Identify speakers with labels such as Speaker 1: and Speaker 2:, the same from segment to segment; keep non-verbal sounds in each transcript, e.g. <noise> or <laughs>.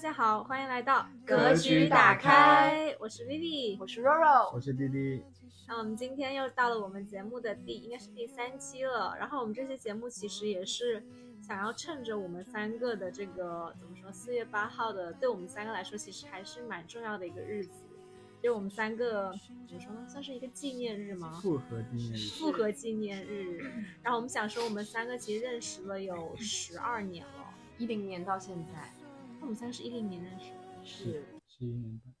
Speaker 1: 家好，欢迎来到
Speaker 2: 格局打开，
Speaker 1: 我是 Vivi，
Speaker 2: 我是 Roro，
Speaker 3: 我是滴滴，
Speaker 1: 那我们今天又到了我们节目的第应该是第三期了。然后我们这期节目其实也是想要趁着我们三个的这个怎么说，四月八号的，对我们三个来说其实还是蛮重要的一个日子，就我们三个怎么说呢，算是一个纪念日
Speaker 2: 啊
Speaker 1: 吗？
Speaker 3: 复合纪念日，
Speaker 1: 复合纪念日。然后我们想说，我们三个其实认识了有十二年了，
Speaker 2: 一零年到现在
Speaker 1: 那我们三个是一零年认识的，
Speaker 2: 是
Speaker 3: 十一年半，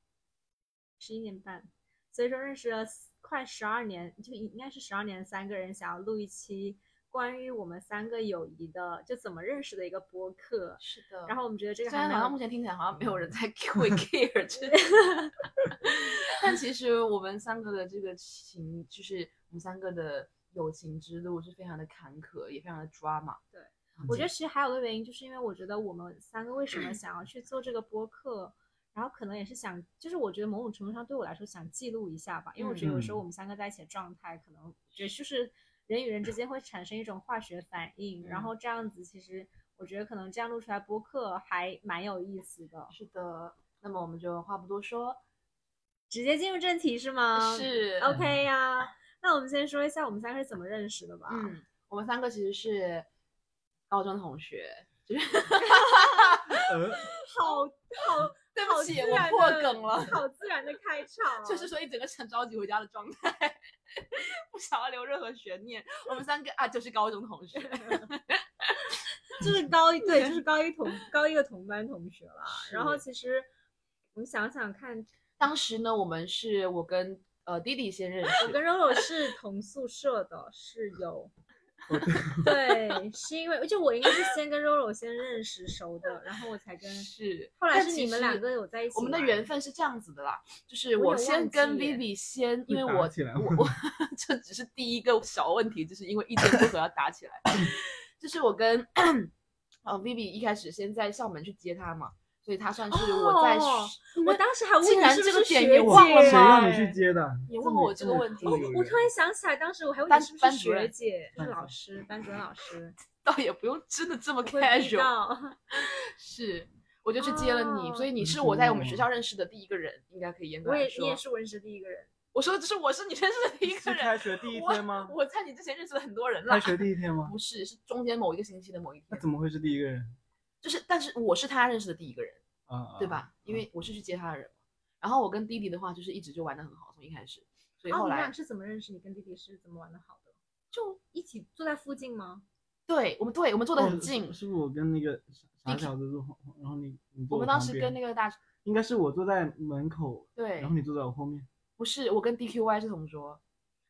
Speaker 1: 十一年半，所以说认识了快十二年，就应该是十二年三个人想要录一期关于我们三个友谊的，就怎么认识的一个播客。
Speaker 2: 是的
Speaker 1: 然
Speaker 2: 然后
Speaker 1: 后我们觉得这个
Speaker 2: 虽
Speaker 1: 还
Speaker 2: 然好像
Speaker 1: 蛮
Speaker 2: 目
Speaker 1: 有，
Speaker 2: 前听起来好像没有人 <laughs> 在会 care <laughs> 这个，但其实我们三个的这个情，就是我们三个的友情之路是非常的坎坷，也非常的 drama。
Speaker 1: 对
Speaker 2: 嗯，
Speaker 1: 我觉得其实还有个原因，就是因为我觉得我们三个为什
Speaker 2: <clears throat>
Speaker 1: 么想要去做这个播客，然后可能也是想，就是我觉得某种程度上对我来说想记录一下吧，因为我觉得有时候
Speaker 3: 嗯
Speaker 1: 我们三个在一起的状态，可能也就是人与人之间会产生一种化学反应，然
Speaker 2: 嗯
Speaker 1: 后这样子其实。我觉得可能这样录出来播客还蛮有意思的，
Speaker 2: 是的，那么我们就话不多说，
Speaker 1: 直接进入正题是吗？
Speaker 2: 是
Speaker 1: OK 呀、那我们先说一下我们三个是怎么认识的吧。
Speaker 2: 嗯，我们三个其实是高中同学， <laughs>
Speaker 3: 呃，
Speaker 1: 好好，
Speaker 2: 对
Speaker 1: 好
Speaker 2: 不起，
Speaker 1: 自
Speaker 2: 我
Speaker 1: 然
Speaker 2: 破
Speaker 1: 的
Speaker 2: 梗了。
Speaker 1: 好自然的开场。
Speaker 2: 就是说一整个很着急回家的状态， <laughs> 不想要留任何悬念。我们三个啊，就是高中同学，
Speaker 1: 就是高一，对，就是高一同
Speaker 2: <laughs>
Speaker 1: 高一的同班同学了。然后
Speaker 2: 是
Speaker 1: 其实我们想想看，
Speaker 2: <laughs> 当时呢，我们是我跟呃弟弟先认识
Speaker 1: 我，跟柔柔是同宿舍的室友。
Speaker 2: <laughs>
Speaker 3: 哦
Speaker 1: 对，是因为就我应该是先跟柔柔先认识熟的，然后我才跟，
Speaker 2: 是
Speaker 1: 后来
Speaker 2: 但
Speaker 1: 是
Speaker 2: 其
Speaker 1: 你们
Speaker 2: 实
Speaker 1: 两个有在一起
Speaker 2: 我
Speaker 1: 玩。
Speaker 2: 们的缘分是这样子的啦，就是
Speaker 1: 我有
Speaker 2: 我先
Speaker 1: 忘
Speaker 2: 跟
Speaker 1: 记耶
Speaker 2: Vivi 先，因为
Speaker 3: 会
Speaker 2: 我
Speaker 3: 打起来吗
Speaker 2: 我我 <laughs> 这只是第一个小问题，就是因为意见不合要打起
Speaker 3: <laughs>
Speaker 2: 来，就是我跟呃 Vivi 一开始先在校门去接他嘛，所以他算是我在、
Speaker 1: 哦我当时还问
Speaker 2: 竟
Speaker 1: 我
Speaker 2: 然
Speaker 1: 是不
Speaker 2: 这个
Speaker 1: 是
Speaker 2: 点
Speaker 1: 学
Speaker 2: 也忘了
Speaker 1: 姐
Speaker 3: 谁让你
Speaker 2: 哎
Speaker 3: 去接的？
Speaker 2: 你
Speaker 3: 这
Speaker 2: 问
Speaker 3: 么
Speaker 2: 我这个
Speaker 3: 么
Speaker 2: 问题
Speaker 3: 酷
Speaker 1: 哦
Speaker 3: 有，
Speaker 1: 我
Speaker 3: 人
Speaker 1: 突然想起来，当时我还问
Speaker 2: 班
Speaker 1: 你是不
Speaker 2: 班
Speaker 1: 是
Speaker 2: 主
Speaker 1: 学
Speaker 2: 任
Speaker 1: 姐，就是
Speaker 3: 班主
Speaker 1: 老
Speaker 3: 任
Speaker 1: 师，班主任老师
Speaker 2: 倒也不用真的这么
Speaker 1: 会遇
Speaker 2: casual。
Speaker 1: 到。
Speaker 2: 是，我就去接了你，所以你
Speaker 3: 嗯
Speaker 2: 是
Speaker 3: 这
Speaker 2: 我在我
Speaker 3: 样
Speaker 2: 们学
Speaker 3: 啊
Speaker 2: 校认识的第一个人，应该可以严格
Speaker 1: 我也
Speaker 2: 来
Speaker 1: 你也
Speaker 2: 说。
Speaker 1: 是我认识的第一个人，
Speaker 2: 我说只是我是你认识的第一个
Speaker 3: 是
Speaker 2: 人。
Speaker 3: 开学第一
Speaker 2: 我
Speaker 3: 天吗？
Speaker 2: 我在你之前认识了很多人啦
Speaker 3: 开。学第一天吗？
Speaker 2: 不是，是中间某一个星期的某一
Speaker 3: 那
Speaker 2: 天，
Speaker 3: 怎么会是第一个人
Speaker 2: 就是但是我是他认识的第一个人，
Speaker 3: 啊？
Speaker 2: 对？吧？因为我是去接他的人嘛。然后我跟弟弟的话，就是一直就玩的很好，从一开始，所以
Speaker 1: 哦，
Speaker 2: 后
Speaker 1: 你们
Speaker 2: 来
Speaker 1: 俩是怎么认识？你跟弟弟是怎么玩的好的？
Speaker 2: 就
Speaker 1: 一起坐在附近吗？
Speaker 2: 对我们对我们坐的
Speaker 3: 哦
Speaker 2: 很
Speaker 3: 是
Speaker 2: 近，
Speaker 3: 是不是我跟那个傻傻
Speaker 2: Dicky
Speaker 3: 小子坐后，然后你你坐
Speaker 2: 我们当
Speaker 3: 旁
Speaker 2: 时
Speaker 3: 边
Speaker 2: 跟那个大
Speaker 3: 应该是我坐在门口，
Speaker 2: 对
Speaker 3: 然后，你坐在我后面，
Speaker 2: 不是我跟 DQY 是同桌，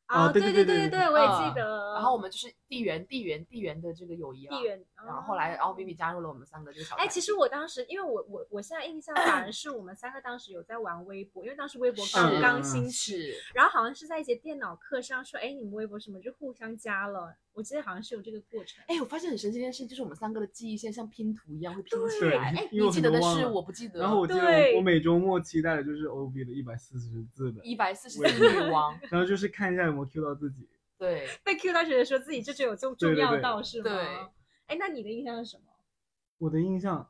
Speaker 3: 啊
Speaker 1: 对对
Speaker 3: 对对
Speaker 1: 对
Speaker 3: 对
Speaker 1: 对，
Speaker 3: 对
Speaker 1: 我也记
Speaker 2: 嗯
Speaker 1: 得。
Speaker 2: 然后我们就是地缘地缘地缘的这个友谊啊啦
Speaker 1: 地。缘，
Speaker 2: 然后后来，然后
Speaker 1: 哦
Speaker 2: Vivi 加入了我们三个这个小团
Speaker 1: 哎，
Speaker 2: 体。
Speaker 1: 其实我当时，因为我我我现在印象反而是我们三个当时有在玩微博，因为当时微博刚
Speaker 3: 是
Speaker 1: 刚
Speaker 3: 嗯
Speaker 1: 兴起，
Speaker 2: 是
Speaker 1: 然后好像是在一节电脑课上说，哎，你们微博什么就互相加了，我记得好像是有这个过程。
Speaker 2: 哎，我发现很神奇的一件事，就是我们三个的记忆线像拼图一样会拼起
Speaker 1: 对
Speaker 2: 来。哎，
Speaker 3: 因为
Speaker 2: 你
Speaker 3: 我
Speaker 2: 记
Speaker 3: 很
Speaker 2: 得
Speaker 3: 多
Speaker 2: 的
Speaker 3: 忘
Speaker 2: 是，
Speaker 3: 了
Speaker 2: 我不记得。
Speaker 3: 然后我记得
Speaker 1: 对
Speaker 3: 我我每周末期待的就是 OB 的一百四十字的，
Speaker 2: 一百四十
Speaker 3: 我也
Speaker 2: 四
Speaker 3: 不记得
Speaker 2: 女王，
Speaker 3: 然后就是看一下有没有 Q 到自己。
Speaker 2: 对，
Speaker 3: <laughs>
Speaker 1: 被 Q 到觉得说自己这就有重
Speaker 3: 对
Speaker 1: 重
Speaker 3: 对
Speaker 1: 要
Speaker 3: 对
Speaker 1: 到是吗？
Speaker 2: 对。
Speaker 1: 哎，那你的印象是什么？
Speaker 3: 我的印象，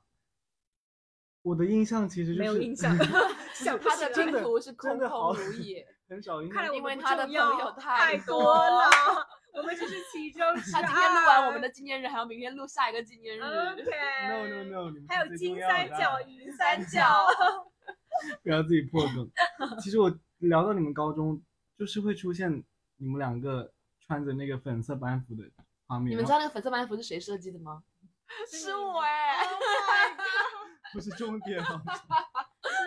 Speaker 3: 我的印象其实就是
Speaker 1: 没有印象 <laughs> 想不
Speaker 2: 她
Speaker 1: 起
Speaker 2: 的
Speaker 1: 来
Speaker 2: 拼
Speaker 3: 真的
Speaker 2: 图是空
Speaker 3: 真的好
Speaker 2: 空如也。
Speaker 3: <laughs> 很少印象。
Speaker 1: 看来我
Speaker 2: 因为
Speaker 1: 们不
Speaker 2: 他的
Speaker 1: 重要
Speaker 2: 朋友
Speaker 1: 太
Speaker 2: 太
Speaker 1: 多
Speaker 2: 多
Speaker 1: 了 <laughs>
Speaker 2: 了，
Speaker 1: 我们只是其
Speaker 2: <laughs>
Speaker 1: 中之
Speaker 2: 她
Speaker 1: 二。
Speaker 2: 今天录完我们的纪念日，还要明天录下一个纪念日
Speaker 3: 嗯
Speaker 1: OK。。
Speaker 3: <laughs> No no no，你们
Speaker 1: 还有
Speaker 3: 是最
Speaker 1: 金
Speaker 3: 重要的啊
Speaker 1: 三角、银三角。 <laughs>
Speaker 3: 不要自己破梗。其实我聊到你们高中，就是会出现你们两个穿着那个粉色班服的画面。
Speaker 2: 你们知道那个粉色班服是谁设计的
Speaker 3: <laughs>
Speaker 2: 吗？
Speaker 1: 是
Speaker 2: 是
Speaker 1: 你
Speaker 2: 我哎，
Speaker 3: 然后不是重点
Speaker 2: <laughs>
Speaker 3: 吗？
Speaker 1: 哦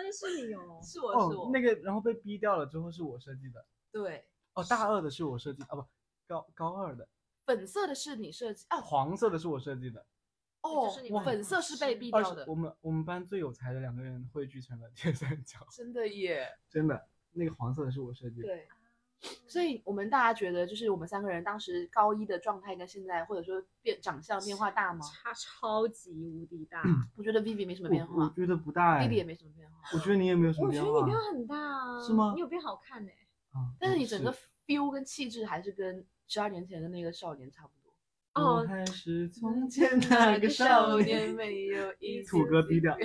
Speaker 1: 真是你哦！
Speaker 2: 是我是
Speaker 3: 哦
Speaker 2: 我，。
Speaker 3: 那个然后被逼掉了之后是我设计的。
Speaker 2: 对，
Speaker 3: 哦，大二的是我设计啊，不，高高二的
Speaker 2: 粉色的是你设计啊？
Speaker 3: 黄色的是我设计的。
Speaker 2: 哦
Speaker 1: 就是你们，
Speaker 2: 粉色是
Speaker 1: 老
Speaker 2: 被
Speaker 1: 师
Speaker 2: 毙
Speaker 3: 二
Speaker 2: 掉
Speaker 3: 是
Speaker 2: 的
Speaker 3: 我，们我们班最有才的两个人汇聚成了 <laughs> 铁三角，
Speaker 2: 真的耶。
Speaker 3: 真的。那个黄色的是我设计的。
Speaker 2: 对，所以我们大家觉得，就是我们三个人当时高一的状态跟现在，或者说变长相变化大吗？
Speaker 1: 差超级无敌大，
Speaker 3: 嗯
Speaker 2: 我觉得 Vivi 没什么
Speaker 3: 我
Speaker 2: 变
Speaker 3: 我
Speaker 2: 化，
Speaker 3: 觉得不大哎。
Speaker 2: 弟弟也没什么变化，
Speaker 3: 我觉得你也没有什么
Speaker 1: 我
Speaker 3: 变
Speaker 1: 觉
Speaker 3: 化。
Speaker 1: 得你变化很大啊，
Speaker 3: 是吗
Speaker 1: 你有变好看呢。
Speaker 3: 啊
Speaker 2: 但是
Speaker 3: 我
Speaker 2: 你整个 feel 跟气质还是跟十二年前的那个少年差不多。
Speaker 3: 我
Speaker 1: 哦
Speaker 3: 还 <laughs> 是从前那个少
Speaker 2: 少
Speaker 3: 年。 <laughs>
Speaker 2: 年没有一
Speaker 3: 土
Speaker 2: 丝
Speaker 3: 哥 <laughs>
Speaker 2: 自
Speaker 3: 低调
Speaker 2: 己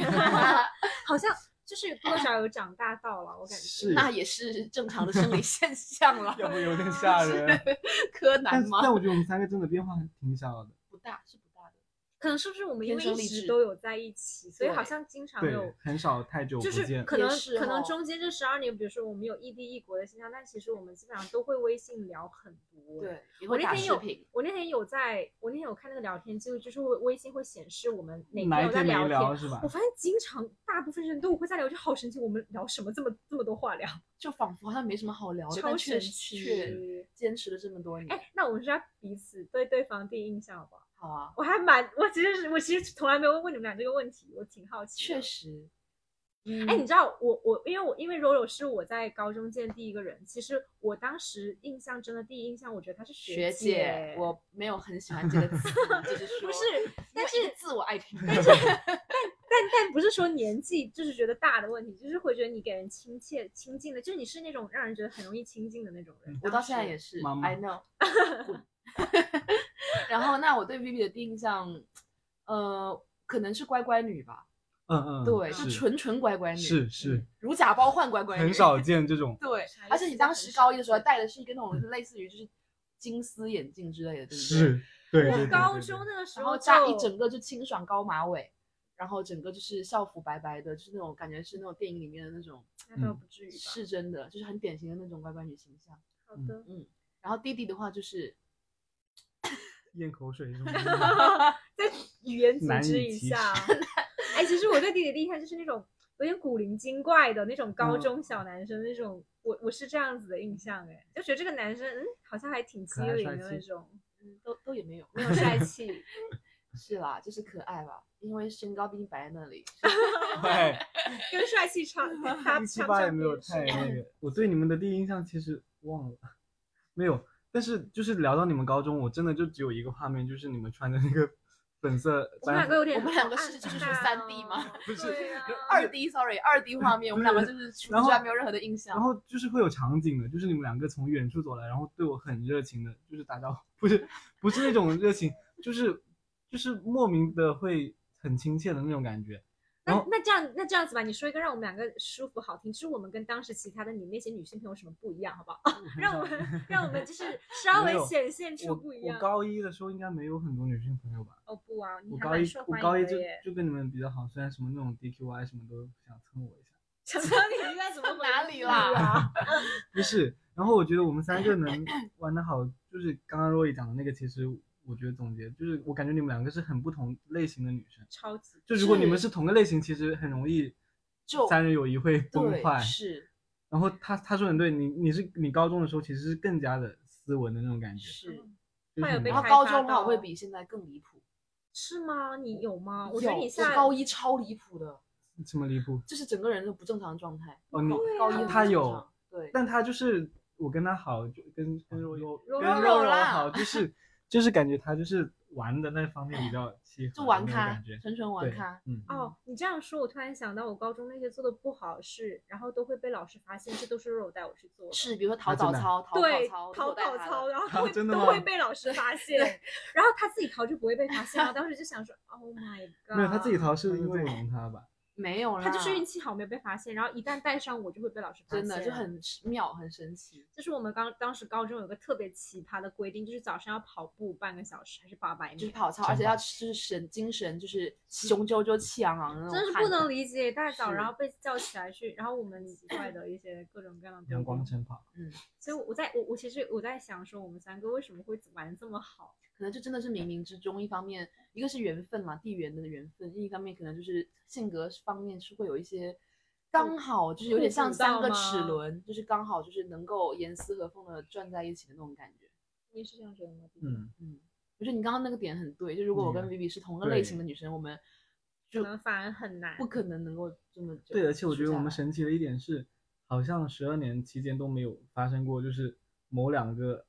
Speaker 1: 好像就是多少有长大到了，我感觉
Speaker 3: 是
Speaker 2: 那也是正常的生理现象了。
Speaker 3: <laughs> 要不有点吓人。啊
Speaker 2: <laughs> 柯南
Speaker 3: 但
Speaker 2: 吗？
Speaker 3: 但我觉得我们三个真的变化还挺小的，
Speaker 2: 不大，是不大的。
Speaker 1: 可能是不是我们因为
Speaker 2: 天生
Speaker 1: 一
Speaker 2: 丽
Speaker 1: 直
Speaker 2: 质
Speaker 1: 都有在一起，所以
Speaker 2: 对
Speaker 1: 好像经常
Speaker 3: 对
Speaker 1: 啊有，。
Speaker 3: 很少太久不
Speaker 1: 就是
Speaker 3: 见。
Speaker 1: 可能
Speaker 2: 也是
Speaker 1: 可能
Speaker 2: 哦
Speaker 1: 中间这十二年，比如说我们有异地异国的现象，但其实我们基本上都会微信聊很多。，
Speaker 2: 对，也
Speaker 1: 我
Speaker 2: 会
Speaker 1: 那
Speaker 2: 打
Speaker 1: 天
Speaker 2: 视
Speaker 1: 有
Speaker 2: 频。
Speaker 1: 我那天有在，我那天有看那个聊天记录，就是会微信会显示我们哪
Speaker 3: 哪
Speaker 1: 天
Speaker 3: 一
Speaker 1: 有在
Speaker 3: 天
Speaker 1: 聊
Speaker 3: 没聊
Speaker 1: 天。
Speaker 3: 是吧
Speaker 1: 我？发现经常大部分人都会在聊，就好神奇，我们聊什么这么这么多话聊，
Speaker 2: 就仿佛好像没什么好聊的，
Speaker 1: 超
Speaker 2: 但
Speaker 1: 神
Speaker 2: 确实却
Speaker 1: 奇。
Speaker 2: 坚持了这么多年。
Speaker 1: 哎，那我们说下彼此对对方第一印象好不好？
Speaker 2: 好啊，
Speaker 1: 我还蛮，我其实是我其实从来没有问你们俩这个问题，我挺好奇。
Speaker 2: 确。实。嗯
Speaker 1: 哎，你知道我我因为我因为柔柔是我在高中见第一个人，其实我当时印象真的第一印象，我觉得她是
Speaker 2: 学
Speaker 1: 姐
Speaker 2: 姐，，我没有很喜欢这个
Speaker 1: <laughs>
Speaker 2: 词，就是说
Speaker 1: 不是，
Speaker 2: 没有
Speaker 1: 但
Speaker 2: 一个
Speaker 1: 是
Speaker 2: 字我
Speaker 1: <laughs>
Speaker 2: 爱听，
Speaker 1: 但 <laughs> 但不是说年纪就是觉得大的问题，就是会觉得你给人亲切亲近的，就是你是那种让人觉得很容易亲近的那种人。
Speaker 2: 嗯我到现在也
Speaker 1: 是
Speaker 2: 是
Speaker 3: 妈妈
Speaker 1: <laughs>
Speaker 2: ，I know 滚。然后，那我对 Vivi 的第一印象，呃，可能是乖乖女吧，
Speaker 3: 嗯嗯，
Speaker 2: 对，就是纯纯乖乖女，
Speaker 3: 是是，
Speaker 2: 如假包换乖乖女，
Speaker 3: 很少见这种。
Speaker 2: 对
Speaker 1: 啥，
Speaker 2: 而
Speaker 1: 意思
Speaker 2: 且你
Speaker 1: 叫
Speaker 2: 当
Speaker 1: 很
Speaker 2: 时
Speaker 1: 少
Speaker 2: 高一的时候戴的是一个那种类似于就是金丝眼镜之类的，对不对？
Speaker 3: 嗯是，对对对
Speaker 1: 我
Speaker 3: 对
Speaker 1: 高
Speaker 3: 对
Speaker 1: 中那个时
Speaker 2: 然
Speaker 1: 候
Speaker 2: 后
Speaker 1: 就
Speaker 2: 扎一整个就清爽高马尾，然后整个就是校服白白的，就是那种感觉是那种电影里面的那种，
Speaker 1: 那倒
Speaker 3: 嗯
Speaker 1: 不至于吧？
Speaker 2: 是真的，就是很典型的那种乖乖女形象。
Speaker 1: 好
Speaker 3: 嗯
Speaker 1: 的，
Speaker 2: 然后弟弟的话就是
Speaker 3: 咽口水是吗？
Speaker 1: <laughs> 在语言组
Speaker 3: 难以
Speaker 1: 织一
Speaker 3: 启
Speaker 1: 下啊。 <laughs> 哎，其实我对弟弟的印象就是那种有点古灵精怪的那种高
Speaker 3: 嗯
Speaker 1: 中小男生那种，我我是这样子的印象哎，就觉得这个男生嗯好像还挺机
Speaker 3: 可爱
Speaker 1: 灵
Speaker 3: 帅
Speaker 1: 的那
Speaker 3: 气
Speaker 1: 种，
Speaker 2: 嗯，都都也没有， <laughs>
Speaker 1: 没有帅
Speaker 3: <laughs>
Speaker 1: 气。
Speaker 2: 是啦，就是可爱吧，因为身高毕竟摆在那 <laughs> 里，
Speaker 3: 对，
Speaker 1: 跟帅气
Speaker 3: <laughs>
Speaker 1: 差差
Speaker 3: 哎一七
Speaker 1: 差不
Speaker 3: 八也
Speaker 1: 上
Speaker 3: 没有
Speaker 1: 边
Speaker 3: 太
Speaker 1: 是。
Speaker 3: 那个。我对你们的第一印象其实忘了，没有。但是就是聊到你们高中，我真的就只有一个画面，就是你们穿的那个粉色
Speaker 1: 我们
Speaker 3: 班
Speaker 1: 两个
Speaker 3: 服，
Speaker 1: 有点
Speaker 2: 我们
Speaker 1: 好
Speaker 2: 两个
Speaker 1: 暗
Speaker 2: 是就是
Speaker 1: 淡
Speaker 2: 属于 3D
Speaker 1: 哦
Speaker 3: <laughs>
Speaker 2: 吗？
Speaker 3: 不是
Speaker 1: 对啊
Speaker 2: 二 D sorry 二 D 画面，我们两个 <laughs> 就是除
Speaker 3: 然
Speaker 2: 此
Speaker 3: 后
Speaker 2: 之外没有任何的印象
Speaker 3: 然。后就是会有场景的，就是你们两个从远处走来，然后对我很热情的，就是打招呼，不是 <laughs> 不是那种热情，就是就是莫名的会很亲切的那种感觉。然
Speaker 1: 那
Speaker 3: 后
Speaker 1: 那这样那这样子吧，你说一个让我们两个舒服好听，就是我们跟当时其他的你那些女性朋友有什么不一样，好不好？ <laughs> <laughs> 让我
Speaker 3: <laughs>
Speaker 1: 们让我们就是稍
Speaker 3: 没
Speaker 1: 微
Speaker 3: 有
Speaker 1: 显现出
Speaker 3: 我
Speaker 1: 不一
Speaker 3: 我
Speaker 1: 样。
Speaker 3: 高一的时候应该没有很多女性朋友吧？
Speaker 1: 哦不啊，你
Speaker 3: 我
Speaker 1: 还
Speaker 3: 高
Speaker 1: 蛮
Speaker 3: 一
Speaker 1: 受
Speaker 3: 我
Speaker 1: 欢
Speaker 3: 高一
Speaker 1: 迎
Speaker 3: 就
Speaker 1: 的耶。 <laughs>
Speaker 3: 就跟你们比较好，虽然什么那种 DQI 什么都想蹭我一下，
Speaker 1: 想知道你现在怎么回
Speaker 2: 哪
Speaker 1: 事
Speaker 2: 里啦
Speaker 3: <laughs>
Speaker 1: 啊？
Speaker 3: 不是。然后我觉得我们三个能玩得好，就是刚刚若雨讲的那个，其实我觉得总结就是，我感觉你们两个是很不同类型的女生。
Speaker 1: 超级
Speaker 3: 就如果你们
Speaker 2: 是
Speaker 3: 是同个类型，其实很容易
Speaker 2: 就
Speaker 3: 三人友谊会崩
Speaker 2: 对
Speaker 3: 坏。
Speaker 2: 是
Speaker 3: 然后他他说很对，你你是你高中的时候其实是更加的斯文的那种感觉，
Speaker 2: 是，
Speaker 3: 就是
Speaker 1: 会有
Speaker 3: 很
Speaker 1: 被
Speaker 2: 然
Speaker 3: 难
Speaker 2: 后
Speaker 1: 开
Speaker 2: 高
Speaker 1: 发
Speaker 2: 中的话
Speaker 1: 到
Speaker 2: 我会比现在更离谱。
Speaker 1: 是吗？你有吗？我觉得
Speaker 2: 有
Speaker 1: 你
Speaker 2: 我
Speaker 1: 下
Speaker 2: 高一超离谱的，
Speaker 3: 这么离谱。
Speaker 2: 就是整个人都不正常状态。
Speaker 3: 哦你
Speaker 2: 高
Speaker 1: 对啊
Speaker 2: 高一的
Speaker 3: 他
Speaker 2: 正
Speaker 3: 有
Speaker 2: 常对，
Speaker 3: 但他就是我跟他好，就跟跟柔柔
Speaker 1: 柔
Speaker 3: 跟
Speaker 1: 柔
Speaker 3: 柔柔
Speaker 2: 啦
Speaker 3: 好，
Speaker 2: <laughs>
Speaker 3: 就是就是感觉他就是玩的那方面比较契合，
Speaker 2: 就玩
Speaker 3: 那种
Speaker 2: 咖
Speaker 3: 感觉，，
Speaker 2: 纯纯玩
Speaker 3: 对
Speaker 2: 咖，。
Speaker 3: 嗯，
Speaker 1: 哦，你这样说，我突然想到我高中那些做的不好的事，然后都会被老师发现，这都是肉带我去做
Speaker 3: 嗯
Speaker 1: 的。
Speaker 2: 是比如说逃
Speaker 3: 真
Speaker 2: 跑
Speaker 3: 的
Speaker 2: 操、逃
Speaker 1: 对，
Speaker 2: 跑
Speaker 1: 逃
Speaker 2: 操、
Speaker 1: 跑操，
Speaker 2: 操，
Speaker 3: <laughs>
Speaker 1: 然后
Speaker 3: 啊
Speaker 1: 都会
Speaker 3: 真的
Speaker 1: 都
Speaker 3: 吗
Speaker 1: 会被老师发现，然后他自己逃就不会被发现。我当时就想
Speaker 2: <laughs>
Speaker 1: 说，Oh my god！
Speaker 3: 没有他自己，逃是因为我们他吧，
Speaker 2: 没有啦，
Speaker 1: 他就是运气好没有被发现，然后一旦带上我就会被老师发现。啊
Speaker 2: 真的就很妙，很神奇。
Speaker 1: 就是我们刚当时高中有个特别奇葩的规定，就是早上要跑步半个小时还是八百
Speaker 2: 就是
Speaker 1: 米，
Speaker 2: 跑操，
Speaker 3: 真
Speaker 2: 而且
Speaker 3: 的
Speaker 2: 要就是神精神就是雄赳赳气昂昂的那种
Speaker 1: 真
Speaker 2: 汉
Speaker 1: 是
Speaker 2: 子，
Speaker 1: 不能理解。一大早
Speaker 2: 是
Speaker 1: 然后被叫起来去，然后我们奇怪
Speaker 2: <laughs>
Speaker 1: 的一些各种各样的规
Speaker 3: 阳光
Speaker 2: 嗯
Speaker 1: 定
Speaker 3: 晨跑，
Speaker 1: 所以我在我我其实我在想说，我们三个为什么会玩这么好？
Speaker 2: 可能就真的是冥冥之中，一方面一个是缘分嘛，地缘的缘分；另一方面可能就是性格方面是会有一些刚好，就是有点像三个齿轮，就是刚好就是能够严丝合缝的转在一起的那种感觉。
Speaker 1: 你是这样觉得吗？弟弟，
Speaker 3: 嗯，
Speaker 2: 嗯，我觉得你刚刚那个点很对，就如果我跟
Speaker 3: 嗯
Speaker 2: Vivi 是同个
Speaker 3: 对
Speaker 2: 类型的女生，我们
Speaker 1: 可
Speaker 2: 就
Speaker 1: 能反而很难。
Speaker 2: 不可能能够这么久
Speaker 3: 对，而且我
Speaker 2: 处
Speaker 3: 觉得
Speaker 2: 下
Speaker 3: 我们
Speaker 2: 来
Speaker 3: 神奇的一点是，好像十二年期间都没有发生过，就是某两个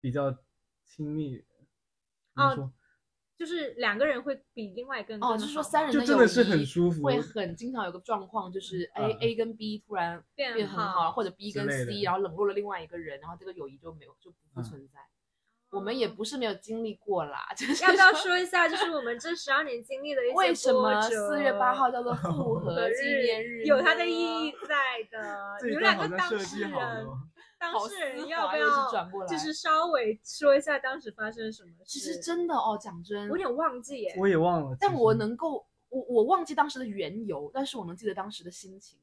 Speaker 3: 比较亲密，怎么
Speaker 1: 哦
Speaker 3: 说
Speaker 1: 就是两个人会比另外一个人
Speaker 2: 哦，
Speaker 1: 更
Speaker 2: 就是说
Speaker 1: 好
Speaker 2: 三人
Speaker 3: 就
Speaker 2: 的
Speaker 3: 真
Speaker 2: 友
Speaker 3: 的是很
Speaker 2: 谊
Speaker 3: 舒服
Speaker 2: 会很经常有个状况，就是哎
Speaker 3: 嗯
Speaker 2: A、A 跟 B 突然
Speaker 1: 变
Speaker 2: 变很
Speaker 1: 好
Speaker 2: 或者 B
Speaker 3: 之
Speaker 2: 跟
Speaker 3: 类
Speaker 2: C
Speaker 3: 的
Speaker 2: 然后冷落了另外一个人，然后这个友谊就没有就不复
Speaker 3: 嗯
Speaker 2: 存在。我们也不是没有经历过啦，就是
Speaker 1: 要不要说一下，就是我们这十二年经历的一些
Speaker 2: 为什么
Speaker 1: 波折
Speaker 2: 四月八号叫做复合
Speaker 1: 和
Speaker 2: 纪念日呢？
Speaker 1: 有它的意义在
Speaker 3: <laughs>
Speaker 1: 的？
Speaker 3: 这
Speaker 1: 你
Speaker 3: 一
Speaker 1: 们两
Speaker 3: 段好
Speaker 1: 个
Speaker 3: 像
Speaker 1: 当
Speaker 3: 设
Speaker 1: 事
Speaker 3: 计好
Speaker 1: 人
Speaker 3: 了，哦，
Speaker 1: 当
Speaker 2: 好
Speaker 1: 事
Speaker 2: 丝
Speaker 1: 人
Speaker 2: 滑
Speaker 1: 要不
Speaker 2: 又是
Speaker 1: 要
Speaker 2: 转过来
Speaker 1: 就是稍微说一下当时发生什么事？
Speaker 2: 其实真的哦，讲真，
Speaker 1: 我有点忘记耶。
Speaker 3: 我也忘了。
Speaker 2: 但
Speaker 3: 其
Speaker 2: 我
Speaker 3: 实
Speaker 2: 能够，我我忘记当时的缘由，但是我能记得当时的心情，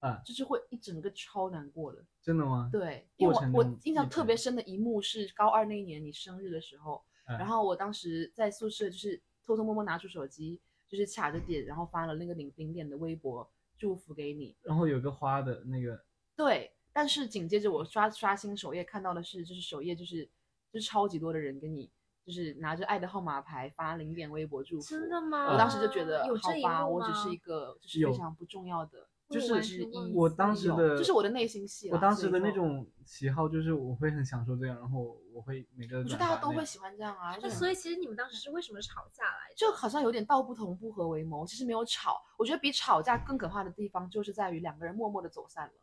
Speaker 3: 啊
Speaker 2: 就是会一整个超难过的。
Speaker 3: 真的吗？
Speaker 2: 对，因为
Speaker 3: 过程
Speaker 2: 我我
Speaker 3: 中
Speaker 2: 印
Speaker 3: 一
Speaker 2: 象特
Speaker 3: 直
Speaker 2: 别深的一幕是高二那一年你生日的时候，
Speaker 3: 嗯
Speaker 2: 然后我当时在宿舍就是偷偷摸摸拿出手机，就是卡着点，然后发了那个零零点的微博祝福给你。
Speaker 3: 然后有个花的那个，
Speaker 2: 对，但是紧接着我刷刷新首页看到的是，就是首页就是就是超级多的人给你就是拿着爱的号码牌发零点微博祝福，
Speaker 1: 真的吗？
Speaker 2: 我当时就觉得，
Speaker 1: 有
Speaker 2: 好
Speaker 1: 这一
Speaker 2: 吧，
Speaker 1: 幕
Speaker 2: 我只是
Speaker 1: 吗
Speaker 2: 一个就是
Speaker 3: 有
Speaker 2: 非常不重要的
Speaker 1: 就
Speaker 2: 之
Speaker 1: 是
Speaker 2: 一。
Speaker 3: 我当时
Speaker 2: 有
Speaker 3: 的
Speaker 2: 嗯就是我的内心戏
Speaker 3: 我
Speaker 2: 啦
Speaker 3: 当
Speaker 2: 所
Speaker 3: 时
Speaker 2: 以
Speaker 3: 的那
Speaker 2: 就
Speaker 3: 种喜好就是我会很享受这样，然后我会每个
Speaker 2: 我觉得
Speaker 3: 转
Speaker 2: 大家
Speaker 3: 发
Speaker 2: 都
Speaker 3: 那
Speaker 2: 会
Speaker 3: 样
Speaker 2: 喜欢这样啊，就
Speaker 1: 那
Speaker 2: 很
Speaker 1: 所以其实你们当时是为什么吵架来着？
Speaker 2: 就好像有点道不同不合为谋，其实没有吵。我觉得比吵架更可怕的地方就是在于两个人默默的走散了。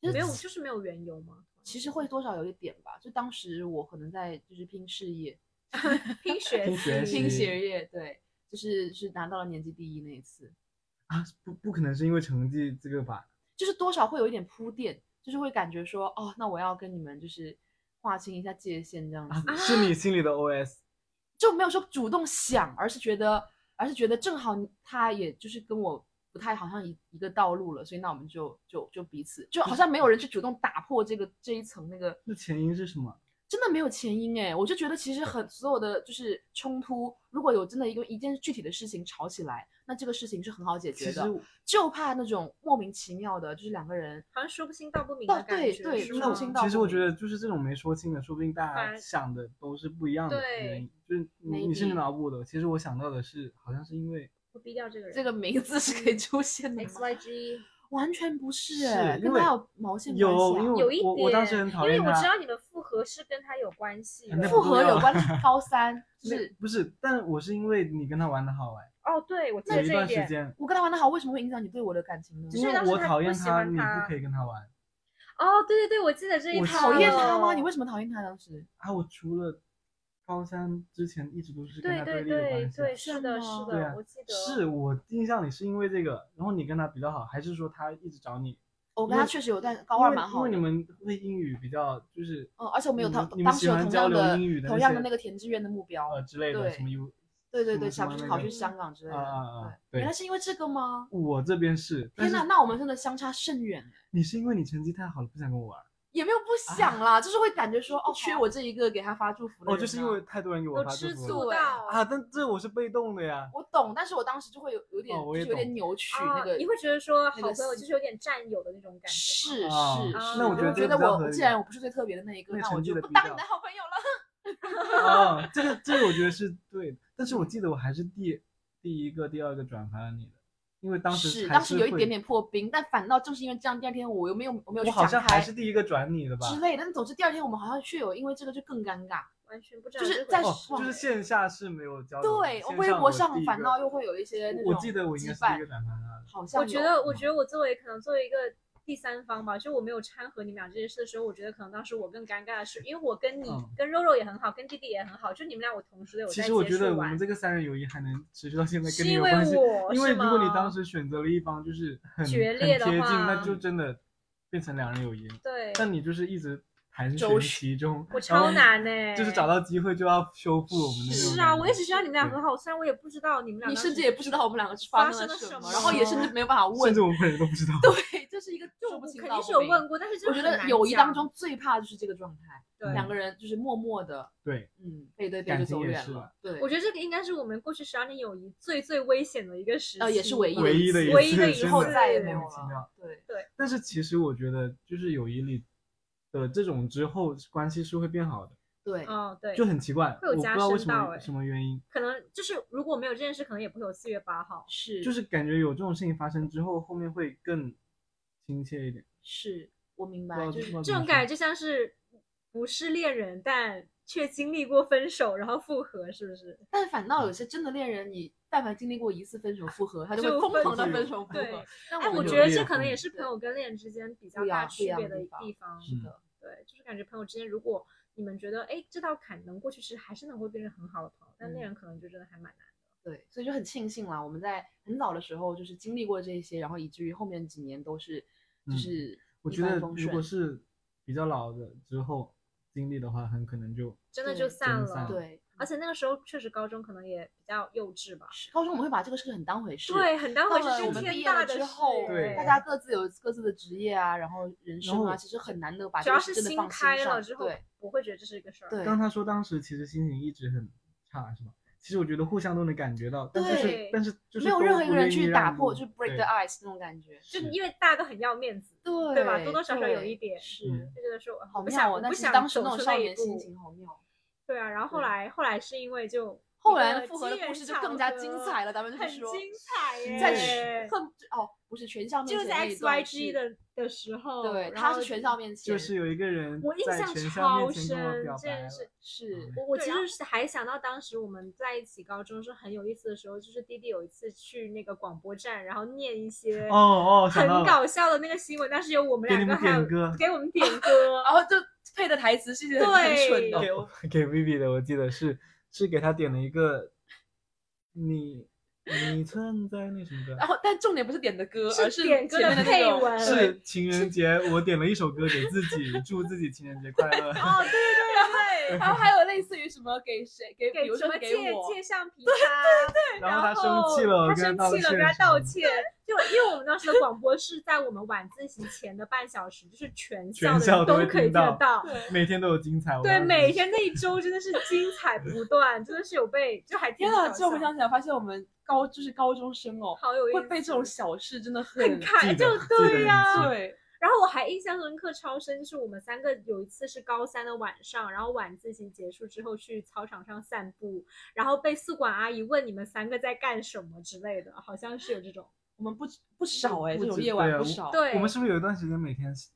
Speaker 2: 就是
Speaker 1: 没有，就是没有缘由吗？
Speaker 2: 其实会多少有一点吧，就当时我可能在就是拼事业、
Speaker 1: 拼学
Speaker 3: 拼学
Speaker 1: 习
Speaker 2: 拼
Speaker 3: 习
Speaker 2: 学业，对，就是是拿到了年级第一那一次，
Speaker 3: 啊，不不可能是因为成绩这个吧？
Speaker 2: 就是多少会有一点铺垫，就是会感觉说，哦，那我要跟你们就是划清一下界限这样子。
Speaker 3: 啊，是你心里的 OS，
Speaker 2: 就没有说主动想，而是觉得，而是觉得正好他也就是跟我不太好像一一个道路了，所以那我们就就就彼此就好像没有人去主动打破这个这一层那个，
Speaker 3: 那前因是什么？
Speaker 2: 真的没有前因哎，我就觉得其实很所有的就是冲突，如果有真的一个一件具体的事情吵起来，那这个事情是很好解
Speaker 3: 其
Speaker 2: 决
Speaker 3: 实
Speaker 2: 的，就怕那种莫名其妙的，就是两个人
Speaker 1: 好像说不清道不明
Speaker 2: 道
Speaker 1: 的感
Speaker 2: 哦对
Speaker 1: 觉，
Speaker 2: 对
Speaker 1: 是
Speaker 2: 说
Speaker 1: 吗
Speaker 2: 不清道
Speaker 3: 其实我
Speaker 2: 理
Speaker 3: 觉得就是这种没说清的，说不定大
Speaker 1: 反
Speaker 3: 家
Speaker 1: 而
Speaker 3: 想的都是不一样的
Speaker 1: 对
Speaker 3: 原因。就是你你是
Speaker 2: Maybe
Speaker 3: 脑补的，其实我想到的是，好像是因为
Speaker 1: 会逼掉这个人。
Speaker 2: 这个名字是可以出现的
Speaker 1: X
Speaker 2: 吗？
Speaker 1: Y G
Speaker 2: 完全不是
Speaker 3: 是
Speaker 2: 哎，
Speaker 3: 因
Speaker 2: 跟
Speaker 3: 为
Speaker 2: 他有毛线关系
Speaker 3: 有，
Speaker 2: 啊
Speaker 3: 因为
Speaker 1: 有一点，
Speaker 3: 我我我当时很讨厌
Speaker 1: 因为我
Speaker 3: 他
Speaker 1: 知道你们复合是跟他有关系的。
Speaker 3: 那
Speaker 2: 复
Speaker 3: 不
Speaker 2: 合
Speaker 3: 重要
Speaker 2: 有关
Speaker 3: <laughs>
Speaker 2: 系，高三就
Speaker 3: 那
Speaker 2: 是
Speaker 3: 不是？但我是因为你跟他玩的好哎，
Speaker 1: 哦，对，我记
Speaker 3: 有
Speaker 1: 得
Speaker 3: 一
Speaker 1: 这
Speaker 3: 段
Speaker 1: 一
Speaker 3: 时
Speaker 1: 点。
Speaker 3: 间，
Speaker 2: 我跟他玩的好，为什么会影响你对我的感情呢？
Speaker 1: 就是
Speaker 3: 因为
Speaker 1: 当时
Speaker 3: 我
Speaker 1: 他
Speaker 3: 讨
Speaker 1: 不
Speaker 3: 厌
Speaker 1: 喜欢
Speaker 3: 你
Speaker 1: 他
Speaker 3: 不可以跟他玩
Speaker 1: 哦，对对对，我记得这一
Speaker 3: 我
Speaker 1: 套。
Speaker 2: 讨厌他吗？
Speaker 1: 哦
Speaker 2: 你为什么讨厌他？当时
Speaker 3: 啊！我除了高三之前一直都是跟
Speaker 1: 对
Speaker 3: 他
Speaker 1: 对
Speaker 3: 立的
Speaker 1: 对
Speaker 3: 关系。
Speaker 1: 对，
Speaker 2: 是
Speaker 1: 是的，
Speaker 2: 吗
Speaker 1: 是
Speaker 3: 对啊
Speaker 1: 的，我记得。
Speaker 3: 是我印象里是因为这个，然后你跟他比较好，还是说他一直找你？
Speaker 2: 我跟
Speaker 3: 因
Speaker 2: 他
Speaker 3: 为
Speaker 2: 确实有段高二
Speaker 3: 因为
Speaker 2: 蛮好的，
Speaker 3: 因为你们会英语比较就是，
Speaker 2: 嗯，而且我们有
Speaker 3: 你
Speaker 2: 同
Speaker 3: 你们
Speaker 2: 当时
Speaker 3: 喜
Speaker 2: 有
Speaker 3: 欢
Speaker 2: 同
Speaker 3: 交
Speaker 2: 样
Speaker 3: 流
Speaker 2: 的
Speaker 3: 英语的
Speaker 2: 同
Speaker 3: 那
Speaker 2: 样的
Speaker 3: 些
Speaker 2: 那个填志愿的目标，
Speaker 3: 呃之类的
Speaker 2: 对
Speaker 3: 什么 U，
Speaker 2: 对对
Speaker 3: 什么
Speaker 2: 对，
Speaker 3: 什
Speaker 2: 想
Speaker 3: 么
Speaker 2: 去
Speaker 3: 那
Speaker 2: 考
Speaker 3: 个
Speaker 2: 去香港之类
Speaker 3: 啊啊
Speaker 2: 的
Speaker 3: 啊。对
Speaker 2: 原来是因为这个吗？
Speaker 3: 我这边是，
Speaker 2: 天
Speaker 3: 但是
Speaker 2: 哪，那我们真的相差甚远哎，
Speaker 3: 你是因为你成绩太好了不想跟我玩，
Speaker 2: 也没有不想啦，就是会感觉说哦，缺我这一个给他发祝福的
Speaker 3: 啊哦，
Speaker 2: 人啊。
Speaker 3: 就是因为太多人给我
Speaker 1: 有
Speaker 3: 发祝
Speaker 1: 吃
Speaker 3: 福了
Speaker 1: 醋到
Speaker 3: 啊，但这我是被动
Speaker 2: <laughs>
Speaker 3: 的呀，
Speaker 2: 我懂，但是我当时就会有有点
Speaker 3: 哦我
Speaker 2: 就是
Speaker 3: 也
Speaker 2: 有点
Speaker 3: 懂
Speaker 2: 扭曲
Speaker 1: 啊
Speaker 2: 那个
Speaker 1: 你会觉得说
Speaker 2: 那
Speaker 1: 好
Speaker 2: 个
Speaker 1: 朋友就是有点占有的那种感觉吗。
Speaker 2: 是是
Speaker 3: 啊
Speaker 2: 是，
Speaker 1: 那我觉
Speaker 2: 我
Speaker 1: 得这个
Speaker 2: 觉得
Speaker 3: 比较
Speaker 2: 我
Speaker 3: 合
Speaker 2: 我
Speaker 3: 理
Speaker 2: 既然我不是最特别的那一个，
Speaker 3: 那
Speaker 2: 那我
Speaker 3: 成绩
Speaker 2: 就
Speaker 3: 的
Speaker 2: 不
Speaker 3: 比
Speaker 2: 当
Speaker 3: 较
Speaker 2: 你的好朋友了。
Speaker 3: 啊，这个这个我觉得是对的，但是我记得我还是第第一个、第二个转发了你的，因为当时
Speaker 2: 是
Speaker 3: 还
Speaker 2: 当时有一
Speaker 3: 会
Speaker 2: 点，点破冰，但反倒正是因为这样，第二天我又没有我没有
Speaker 3: 我
Speaker 2: 去
Speaker 3: 好像
Speaker 2: 展开
Speaker 3: 还是第一个转你的吧，
Speaker 2: 之类的。但总之第二天我们好像却有因为这个就更尴尬。
Speaker 1: 完全不知道
Speaker 2: 就
Speaker 1: 这
Speaker 2: 是
Speaker 1: 回
Speaker 2: 在
Speaker 1: 事
Speaker 3: 哦，就是线下是没有交流的，
Speaker 2: 对，
Speaker 3: 线
Speaker 2: 微
Speaker 3: 上
Speaker 2: 博
Speaker 3: 我第
Speaker 2: 上
Speaker 3: 一
Speaker 2: 反
Speaker 3: 个
Speaker 2: 倒又会有一些那
Speaker 3: 我
Speaker 2: 种
Speaker 3: 记得我应
Speaker 2: 羁
Speaker 3: 该是第一
Speaker 2: 绊
Speaker 3: 个转发他的，
Speaker 2: 好像
Speaker 1: 我觉
Speaker 2: 有
Speaker 1: 得，我觉得我作为可能作为一个第三方吧，就我没有掺和你们俩这件事的时候，我觉得可能当时我更尴尬的是，因为我跟你、
Speaker 3: 嗯
Speaker 1: 跟肉肉也很好，跟弟弟也很好，就你们俩我同时都有
Speaker 3: 其
Speaker 1: 在
Speaker 3: 实我
Speaker 1: 接
Speaker 3: 觉得
Speaker 1: 触
Speaker 3: 我们
Speaker 1: 玩，
Speaker 3: 这个三人友谊还能持续到现在，
Speaker 1: 是
Speaker 3: 跟你
Speaker 1: 因
Speaker 3: 有
Speaker 1: 为
Speaker 3: 关系。
Speaker 1: 我
Speaker 3: 因为
Speaker 1: 是
Speaker 3: 如果你
Speaker 1: 吗
Speaker 3: 当时选择了一方就是很
Speaker 1: 决
Speaker 3: 很
Speaker 1: 裂的
Speaker 3: 贴近，那
Speaker 1: 话
Speaker 3: 就真的变成两人友谊了。
Speaker 1: 对，
Speaker 3: 但你就是一直盘旋
Speaker 2: 周
Speaker 3: 其中，
Speaker 1: 我
Speaker 3: 然
Speaker 1: 超
Speaker 3: 后
Speaker 1: 难呢、
Speaker 3: 就是找。到机会就要修复我们的那种感觉。
Speaker 1: 是啊，我也只知道你们俩
Speaker 3: 对
Speaker 1: 很好，虽然我也不知道你们俩
Speaker 2: 你
Speaker 1: 当
Speaker 2: 甚
Speaker 1: 时
Speaker 2: 至也不知道我们两个是
Speaker 1: 发
Speaker 2: 发
Speaker 1: 生
Speaker 2: 了
Speaker 1: 了什
Speaker 2: 么，
Speaker 1: 么
Speaker 2: 然后也甚至没有办法问
Speaker 3: 甚至。我们本人都不知道。
Speaker 2: 对，这是一个
Speaker 1: 就
Speaker 2: 说
Speaker 1: 我
Speaker 2: 不清
Speaker 1: 肯
Speaker 2: 道
Speaker 1: 定
Speaker 2: 不
Speaker 1: 是有
Speaker 2: 明
Speaker 1: 问过，但是就
Speaker 2: 我觉
Speaker 1: 很
Speaker 2: 得
Speaker 1: 难
Speaker 2: 友谊
Speaker 1: 讲
Speaker 2: 当中最怕就是这个状态，
Speaker 1: 对
Speaker 2: 两个人就是默默的，
Speaker 3: 对，
Speaker 2: 嗯，背对背
Speaker 3: 感
Speaker 2: 就
Speaker 3: 情
Speaker 2: 走
Speaker 3: 也
Speaker 2: 远
Speaker 3: 是
Speaker 2: 了
Speaker 3: 吧。
Speaker 2: 对，
Speaker 1: 我觉得这个应该是我们过去十二年友谊最最危险的一个时期，
Speaker 2: 呃也是唯一
Speaker 3: 唯一的一
Speaker 1: 唯一
Speaker 3: 次
Speaker 1: 的以
Speaker 3: 真的
Speaker 2: 以后
Speaker 1: 次
Speaker 2: 再也没有
Speaker 3: 莫名其
Speaker 2: 了
Speaker 3: 妙。
Speaker 2: 对，
Speaker 3: 但是其实我觉得，就是友谊里的这种之后关系是会变好的，
Speaker 2: 对，
Speaker 1: 哦，对，
Speaker 3: 就很奇怪，
Speaker 1: 会有
Speaker 3: 我不
Speaker 1: 加
Speaker 3: 知道为
Speaker 1: 深
Speaker 3: 什
Speaker 1: 到
Speaker 3: 么
Speaker 1: 哎
Speaker 3: 什么原因，
Speaker 1: 可能就是如果没有这件事，可能也不会有四月八号。
Speaker 2: 是
Speaker 3: 就是感觉有这种事情发生之后，后面会更亲切一点。
Speaker 2: 是，我明
Speaker 3: 不知
Speaker 2: 白，
Speaker 3: 道
Speaker 2: 就
Speaker 3: 不
Speaker 2: 是
Speaker 3: 知道
Speaker 1: 这
Speaker 3: 怎么
Speaker 1: 种
Speaker 3: 说
Speaker 1: 感觉就像是不是恋人，但却经历过分手，然后复合，是不是？
Speaker 2: 但反
Speaker 3: 嗯
Speaker 2: 倒有些真的恋人，你但凡经历过一次分手复合，他就会
Speaker 1: 就
Speaker 2: 疯
Speaker 1: 分
Speaker 2: 狂的
Speaker 3: 手
Speaker 2: 分手复
Speaker 1: 对
Speaker 2: 合。，
Speaker 1: 但哎我
Speaker 2: 我
Speaker 1: 觉
Speaker 2: 有
Speaker 1: 得这
Speaker 3: 裂
Speaker 1: 可能也
Speaker 3: 痕
Speaker 1: 是朋友跟恋人之间比较
Speaker 2: 不一
Speaker 1: 大
Speaker 2: 样不一
Speaker 1: 区
Speaker 2: 样
Speaker 1: 别
Speaker 2: 的
Speaker 1: 的
Speaker 3: 嗯
Speaker 2: 地方
Speaker 1: 地方。
Speaker 2: 是的，
Speaker 1: 对，就是感觉朋友之间，如果你们觉得，哎，这道坎能过去是还是能够变成很好的朋友，但那
Speaker 2: 嗯
Speaker 1: 人可能就真的还蛮难的。
Speaker 2: 对，所以就很庆幸啦，我们在很早的时候就是经历过这些，然后以至于后面几年都是就
Speaker 3: 嗯
Speaker 2: 是
Speaker 3: 我
Speaker 2: 一
Speaker 3: 觉
Speaker 2: 帆
Speaker 3: 得
Speaker 2: 风
Speaker 3: 如果
Speaker 2: 顺
Speaker 3: 是比较老的之后经历的话，很可能就
Speaker 1: 真的
Speaker 2: 对
Speaker 1: 就
Speaker 2: 真
Speaker 1: 散
Speaker 3: 的
Speaker 1: 了，
Speaker 3: 散了
Speaker 2: 对，
Speaker 1: 而且那个时候确实高中可能也比较幼稚吧，
Speaker 2: 是高中我们会把这个事很当回事，
Speaker 1: 对，，很当
Speaker 2: 到
Speaker 1: 回事
Speaker 2: 了
Speaker 1: 是
Speaker 2: 我们毕
Speaker 1: 天
Speaker 2: 业了
Speaker 1: 大的
Speaker 2: 之
Speaker 1: 事
Speaker 2: 后，
Speaker 3: 对
Speaker 2: 大家各自有各自的职业啊，然后人生
Speaker 3: 后
Speaker 2: 啊，其实很难得把
Speaker 1: 主
Speaker 2: 这
Speaker 1: 要
Speaker 2: 个
Speaker 1: 是
Speaker 2: 事真的
Speaker 1: 心
Speaker 2: 放
Speaker 1: 开
Speaker 2: 心
Speaker 1: 了
Speaker 2: 上。
Speaker 1: 之后
Speaker 2: 对，
Speaker 1: 不会觉得这是一个事儿。
Speaker 2: 对
Speaker 3: 刚他说当时其实心情一直很差，是吧？其实我觉得互相都能感觉到，但就是
Speaker 1: 对
Speaker 3: 但是就是
Speaker 2: 没有
Speaker 3: 都
Speaker 2: 任何一
Speaker 3: 不
Speaker 2: 个人
Speaker 3: 愿意
Speaker 2: 去
Speaker 3: 让
Speaker 2: 打
Speaker 3: 你
Speaker 2: 破，就是 break 啊
Speaker 3: 对
Speaker 2: the ice 那种感觉。
Speaker 1: 就是因为大家都很要面子，
Speaker 2: 对
Speaker 1: 对吧多多少少有
Speaker 2: 对
Speaker 1: 一点嗯
Speaker 2: 是，
Speaker 1: 就觉得说我
Speaker 2: 好
Speaker 1: 不
Speaker 2: 妙
Speaker 1: 想，
Speaker 2: 哦
Speaker 1: 我！
Speaker 2: 那
Speaker 1: 不
Speaker 2: 其实
Speaker 1: 想
Speaker 2: 当时
Speaker 1: 走
Speaker 2: 那种
Speaker 1: 出
Speaker 2: 少
Speaker 1: 一
Speaker 2: 年心
Speaker 1: 步
Speaker 2: 情好妙。
Speaker 1: 对啊，然后后
Speaker 2: 对
Speaker 1: 来后来是因为就
Speaker 2: 后
Speaker 1: 一
Speaker 2: 来
Speaker 1: 个
Speaker 2: 复合的
Speaker 1: 机缘
Speaker 2: 故事就
Speaker 1: 巧
Speaker 2: 更加精
Speaker 1: 合
Speaker 2: 彩了，咱们就
Speaker 1: 很
Speaker 2: 是说，
Speaker 1: 精彩耶！
Speaker 2: 在
Speaker 3: 耶
Speaker 2: 恨哦，不是全校面
Speaker 1: 就
Speaker 2: 前
Speaker 1: 是在
Speaker 2: 那一段
Speaker 1: XYG 的的时候，
Speaker 2: 对，
Speaker 1: 然
Speaker 2: 他
Speaker 1: 后
Speaker 2: 是全校面前，
Speaker 3: 就是有一个人
Speaker 1: 我印
Speaker 3: 在
Speaker 1: 象
Speaker 3: 全校
Speaker 1: 超
Speaker 3: 面前
Speaker 1: 深
Speaker 3: 跟我表，
Speaker 1: 真
Speaker 3: 白
Speaker 1: 的
Speaker 3: 了，
Speaker 1: 是。
Speaker 3: 嗯
Speaker 2: 是
Speaker 1: 我我
Speaker 2: 对
Speaker 1: 其
Speaker 2: 然后
Speaker 1: 实是还想到当时我们在一起高中是很有意思的时候，就是弟弟有一次去那个广播站，然后念一些
Speaker 3: 哦哦，想
Speaker 1: 很
Speaker 3: 到了，
Speaker 1: 搞笑的那个新闻，但是有我们
Speaker 3: 给
Speaker 1: 两
Speaker 3: 你
Speaker 1: 个
Speaker 3: 们
Speaker 1: 还有
Speaker 3: 点歌
Speaker 1: 给我们
Speaker 3: <laughs>
Speaker 1: 点歌，
Speaker 2: 然后就配的台词是一些很很蠢的
Speaker 1: 对，
Speaker 3: 给我给 Vivi 的，我记得是是给他点了一个你你存在那什么
Speaker 2: <laughs> 然
Speaker 3: 歌，
Speaker 2: 后但重点不是点的歌，
Speaker 1: 是
Speaker 2: 而是
Speaker 1: 点歌
Speaker 2: 前
Speaker 1: 的
Speaker 2: 面的
Speaker 1: 配
Speaker 2: 那种
Speaker 1: 文
Speaker 2: 对
Speaker 3: 是情人节，我点了一首歌给自己，祝自己情人节快
Speaker 2: <laughs>
Speaker 3: 乐。
Speaker 1: 哦，对对对
Speaker 2: 然后还有类似于什么给谁给，
Speaker 1: 对，给
Speaker 2: 比如
Speaker 1: 什
Speaker 2: 说
Speaker 1: 么
Speaker 2: 给
Speaker 1: 借
Speaker 2: 我，
Speaker 1: 借橡
Speaker 3: <laughs>
Speaker 1: 皮擦，对
Speaker 3: 然后他生气了，我
Speaker 1: 他
Speaker 3: 跟
Speaker 1: 生
Speaker 3: 道
Speaker 1: 气了，
Speaker 3: 歉
Speaker 1: 跟他
Speaker 3: 什么
Speaker 1: 道
Speaker 3: 的。
Speaker 1: 歉。就因为我们当时的广播是在我们晚自习前的半小时，就是全校
Speaker 3: 全
Speaker 1: 的
Speaker 3: 校
Speaker 1: 人
Speaker 3: 都
Speaker 1: 都
Speaker 3: 会
Speaker 1: 可以听
Speaker 3: 听到
Speaker 1: 得到。
Speaker 2: 对，
Speaker 3: 每天都有精彩，我
Speaker 1: 对，
Speaker 3: 当时
Speaker 1: 每天那一周真的是精彩不断，真的是有被就还挺
Speaker 2: 天啊！
Speaker 1: 搞
Speaker 2: 这我回
Speaker 1: 笑
Speaker 2: 想起来，发现我们高就是高中生哦，
Speaker 1: 好有意思，
Speaker 2: 会被这种小事真的
Speaker 1: 很
Speaker 2: 很
Speaker 1: 看
Speaker 3: 记得
Speaker 1: 就
Speaker 3: 记得
Speaker 1: 对呀、
Speaker 3: 很清
Speaker 2: 对，
Speaker 1: 然后我还印象深刻超深，就是我们三个有一次是高三的晚上，然后晚自习结束之后去操场上散步，然后被宿管阿姨问你们三个在干什么之类的，好像是有这种。
Speaker 2: 我们不不少哎，
Speaker 3: 不
Speaker 2: 这种
Speaker 3: 止
Speaker 2: 夜晚
Speaker 3: 对啊
Speaker 2: 不
Speaker 3: 我
Speaker 2: 少，
Speaker 1: 对
Speaker 3: 我们是不是有一段时间每天是